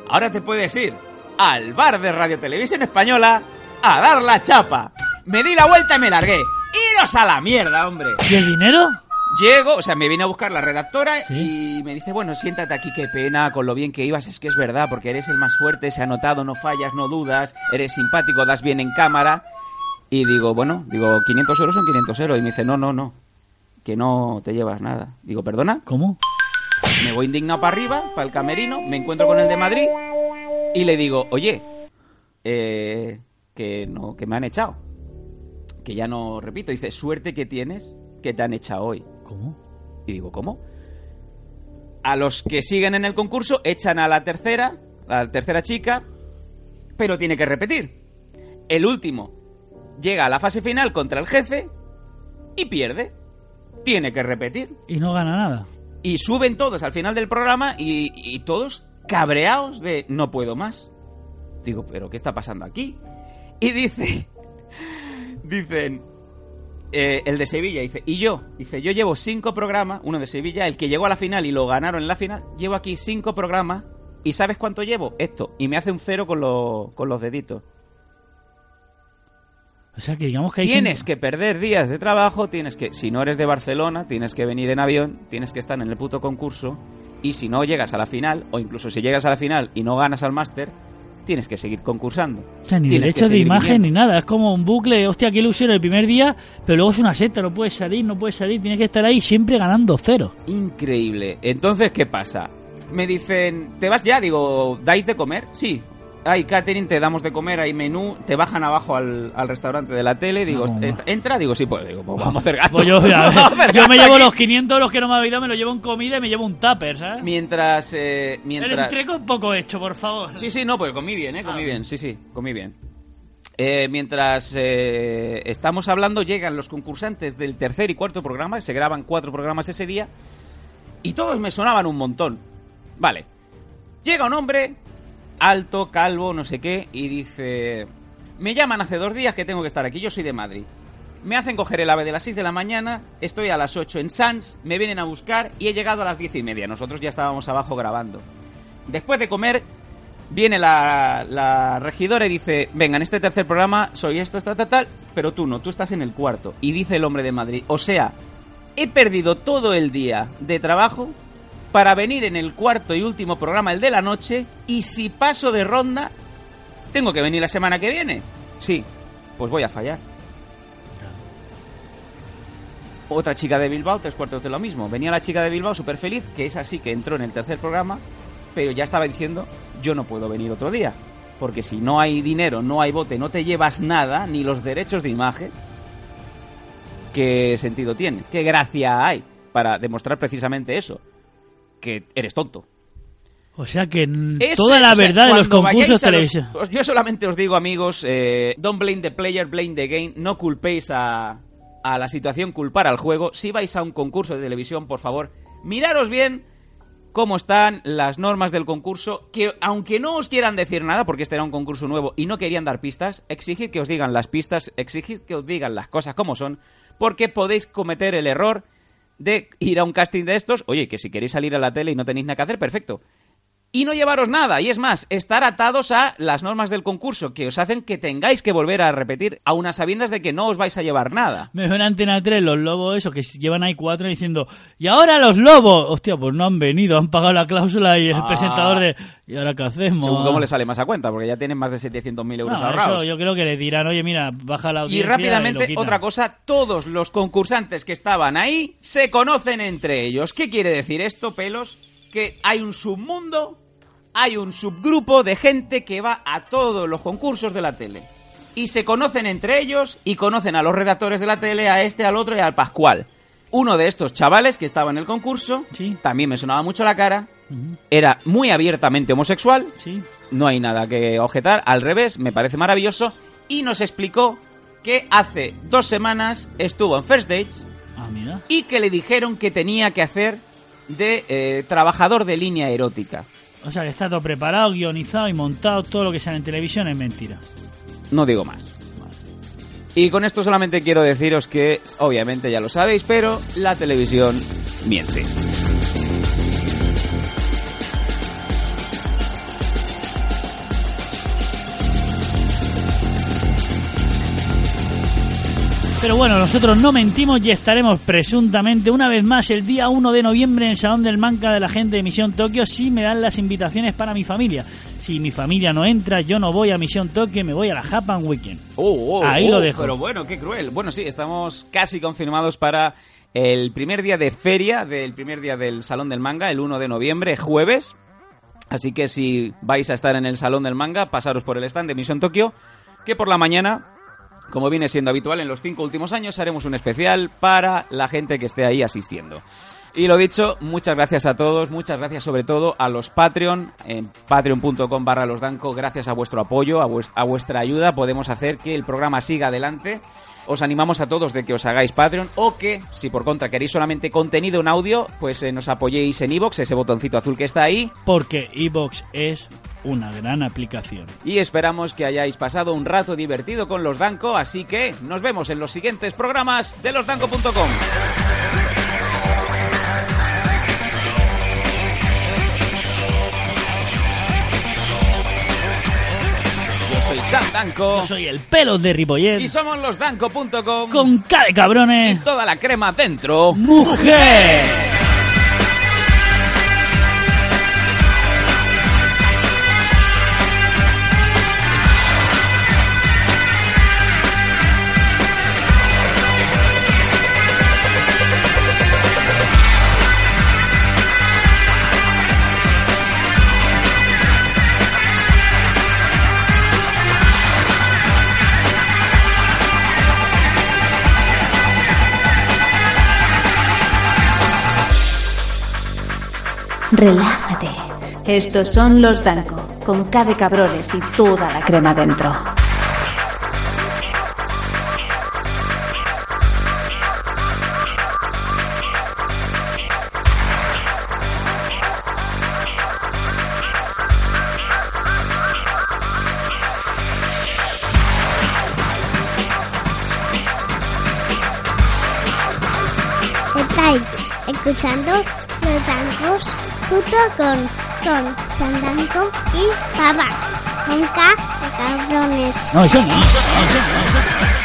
Speaker 5: ahora te puedes ir al bar de Radio Televisión Española a dar la chapa. Me di la vuelta y me largué. ¡Iros a la mierda, hombre!
Speaker 6: ¿Y el dinero?
Speaker 5: Llego, o sea, me viene a buscar la redactora
Speaker 6: Sí.
Speaker 5: y me dice, bueno, siéntate aquí, qué pena, con lo bien que ibas, es que es verdad, porque eres el más fuerte, se ha notado, no fallas, no dudas, eres simpático, das bien en cámara. Y digo, bueno, digo, 500 euros son 500 euros. Y me dice, no, no, no, que no te llevas nada. Digo, perdona,
Speaker 6: ¿Cómo?
Speaker 5: me voy indignado para arriba, para el camerino, me encuentro con el de Madrid y le digo, oye, eh, que, no, que me han echado, que ya no repito. Dice, suerte que tienes que te han echado hoy.
Speaker 6: ¿Cómo?
Speaker 5: Y digo, ¿cómo? A los que siguen en el concurso echan a la tercera, a la tercera chica, pero tiene que repetir. El último llega a la fase final contra el jefe y pierde. Tiene que repetir.
Speaker 6: Y no gana nada.
Speaker 5: Y suben todos al final del programa y, y todos cabreados de no puedo más. Digo, ¿pero qué está pasando aquí? Y dice, dicen, eh, el de Sevilla, dice, y yo, dice, yo llevo cinco programas, uno de Sevilla, el que llegó a la final y lo ganaron en la final, llevo aquí cinco programas y ¿sabes cuánto llevo? Esto. Y me hace un cero con, lo- con los deditos.
Speaker 6: O sea, que digamos que hay...
Speaker 5: Tienes
Speaker 6: cinco-
Speaker 5: que perder días de trabajo, tienes que, si no eres de Barcelona, tienes que venir en avión, tienes que estar en el puto concurso y si no llegas a la final, o incluso si llegas a la final y no ganas al máster, tienes que seguir concursando.
Speaker 6: O sea, ni
Speaker 5: Tienes que
Speaker 6: derechos de
Speaker 5: seguir
Speaker 6: imagen ni
Speaker 5: viniendo.
Speaker 6: nada. Es como un bucle. Hostia, qué ilusión el primer día, pero luego es una secta. No puedes salir, no puedes salir. Tienes que estar ahí siempre ganando cero.
Speaker 5: Increíble. Entonces, ¿qué pasa? Me dicen, ¿te vas ya? Digo, ¿dais de comer? Sí. hay catering, te damos de comer, hay menú, te bajan abajo al, al restaurante de la tele, digo,
Speaker 6: No.
Speaker 5: "Eh, entra, digo, sí, pues, digo, pues vamos a hacer gasto.
Speaker 6: Ah, Pues yo, a
Speaker 5: Vamos
Speaker 6: ver,
Speaker 5: a hacer
Speaker 6: yo me
Speaker 5: gasto
Speaker 6: llevo
Speaker 5: aquí.
Speaker 6: los 500 los que no me habéis dado, me los llevo en comida y me llevo un tupper, ¿sabes?
Speaker 5: Mientras, eh,
Speaker 6: El
Speaker 5: mientras...
Speaker 6: entreco un poco hecho, por favor.
Speaker 5: Sí, sí, no, pues comí bien, eh, comí
Speaker 6: Ah.
Speaker 5: bien, sí, sí, comí bien. Eh, mientras eh, estamos hablando, llegan los concursantes del tercer y cuarto programa, se graban cuatro programas ese día, y todos me sonaban un montón. Vale. Llega un hombre, alto, calvo, no sé qué, y dice... Me llaman hace dos días que tengo que estar aquí, yo soy de Madrid. Me hacen coger el ave de las 6 de la mañana, estoy a las 8 en Sans, me vienen a buscar y he llegado a las 10 y media. Nosotros ya estábamos abajo grabando. Después de comer, viene la, la regidora y dice, venga, en este tercer programa soy esto, esto, tal, tal, pero tú no, tú estás en el cuarto. Y dice el hombre de Madrid, o sea, he perdido todo el día de trabajo para venir en el cuarto y último programa, el de la noche, y si paso de ronda, tengo que venir la semana que viene. Sí, pues voy a fallar. Otra chica de Bilbao, tres cuartos de lo mismo. Venía la chica de Bilbao súper feliz, que es así que entró en el tercer programa, pero ya estaba diciendo, yo no puedo venir otro día. Porque si no hay dinero, no hay bote, no te llevas nada, ni los derechos de imagen, ¿qué sentido tiene? ¿Qué gracia hay para demostrar precisamente eso? Que eres tonto.
Speaker 6: O sea que mm,
Speaker 5: Ese,
Speaker 6: toda la
Speaker 5: o sea,
Speaker 6: verdad de los
Speaker 5: cuando vayáis
Speaker 6: concursos
Speaker 5: a los-
Speaker 6: televisión.
Speaker 5: os- Yo solamente os digo, amigos, eh, don't blame the player, blame the game. No culpéis a, a la situación, culpar al juego. Si vais a un concurso de televisión, por favor, miraros bien cómo están las normas del concurso. Que aunque no os quieran decir nada, porque este era un concurso nuevo y no querían dar pistas, exigid que os digan las pistas, exigid que os digan las cosas como son, porque podéis cometer el error de ir a un casting de estos. Oye, que si queréis salir a la tele y no tenéis nada que hacer, perfecto y no llevaros nada. Y es más, estar atados a las normas del concurso, que os hacen que tengáis que volver a repetir, a unas sabiendas de que no os vais a llevar nada.
Speaker 6: Me veo en Antena 3 los lobos esos que llevan ahí cuatro diciendo ¡Y ahora los lobos! Hostia, pues no han venido, han pagado la cláusula y el
Speaker 5: Ah.
Speaker 6: presentador de ¿Y ahora qué hacemos?
Speaker 5: Según cómo les sale más a cuenta, porque ya tienen más de 700.000 euros
Speaker 6: No,
Speaker 5: ahorrados.
Speaker 6: eso yo creo que le dirán, oye, mira, baja la
Speaker 5: Y
Speaker 6: audiencia lo
Speaker 5: rápidamente,
Speaker 6: quitan".
Speaker 5: otra cosa, todos los concursantes que estaban ahí se conocen entre ellos. ¿Qué quiere decir esto, pelos? Que hay un submundo, hay un subgrupo de gente que va a todos los concursos de la tele. Y se conocen entre ellos y conocen a los redactores de la tele, a este, al otro y al Pascual. Uno de estos chavales que estaba en el concurso,
Speaker 6: Sí.
Speaker 5: también me sonaba mucho la cara,
Speaker 6: Ujú,
Speaker 5: era muy abiertamente homosexual,
Speaker 6: Sí.
Speaker 5: no hay nada que objetar, al revés, me parece maravilloso. Y nos explicó que hace dos semanas estuvo en First Dates
Speaker 6: Ah, mira.
Speaker 5: y que le dijeron que tenía que hacer de eh, trabajador de línea erótica.
Speaker 6: O sea, que está todo preparado, guionizado y montado, todo lo que sale en televisión es mentira.
Speaker 5: No digo más. Y con esto solamente quiero deciros que, obviamente ya lo sabéis, pero la televisión miente.
Speaker 6: Pero bueno, nosotros no mentimos y estaremos presuntamente una vez más el día 1 de noviembre en el Salón del Manca de la gente de Misión Tokio si me dan las invitaciones para mi familia. Si mi familia no entra, yo no voy a Misión Tokio, me voy a la Japan Weekend.
Speaker 5: Oh, oh,
Speaker 6: Ahí
Speaker 5: oh,
Speaker 6: lo dejo.
Speaker 5: Pero bueno, qué cruel. Bueno, sí, estamos casi confirmados para el primer día de feria, del primer día del Salón del Manga, el 1 de noviembre, jueves. Así que si vais a estar en el Salón del Manga, pasaros por el stand de Misión Tokio, que por la mañana, como viene siendo habitual en los cinco últimos años, haremos un especial para la gente que esté ahí asistiendo. Y lo dicho, muchas gracias a todos, muchas gracias sobre todo a los Patreon, en patreon.com barra los Danco, gracias a vuestro apoyo, a, vues- a vuestra ayuda, podemos hacer que el programa siga adelante. Os animamos a todos de que os hagáis Patreon o que, si por contra queréis solamente contenido en audio, pues eh, nos apoyéis en iVoox, ese botoncito azul que está ahí,
Speaker 6: Porque Evox es una gran aplicación.
Speaker 5: Y esperamos que hayáis pasado un rato divertido con los Danco, así que nos vemos en los siguientes programas de losdanco.com. Yo soy Sam Danco
Speaker 6: Yo soy el pelo de Ripollet
Speaker 5: y somos losdanco.com
Speaker 6: con K de
Speaker 5: y
Speaker 6: cabrones.
Speaker 5: toda la crema dentro.
Speaker 6: ¡Mujer!
Speaker 1: Relájate. Estos son los Danco, con K de cabrones y toda la crema dentro.
Speaker 9: Estáis escuchando los bancos junto con, con Sandanco y Papá. Con K de cabrones.
Speaker 6: No, eso no. No, eso no, eso no.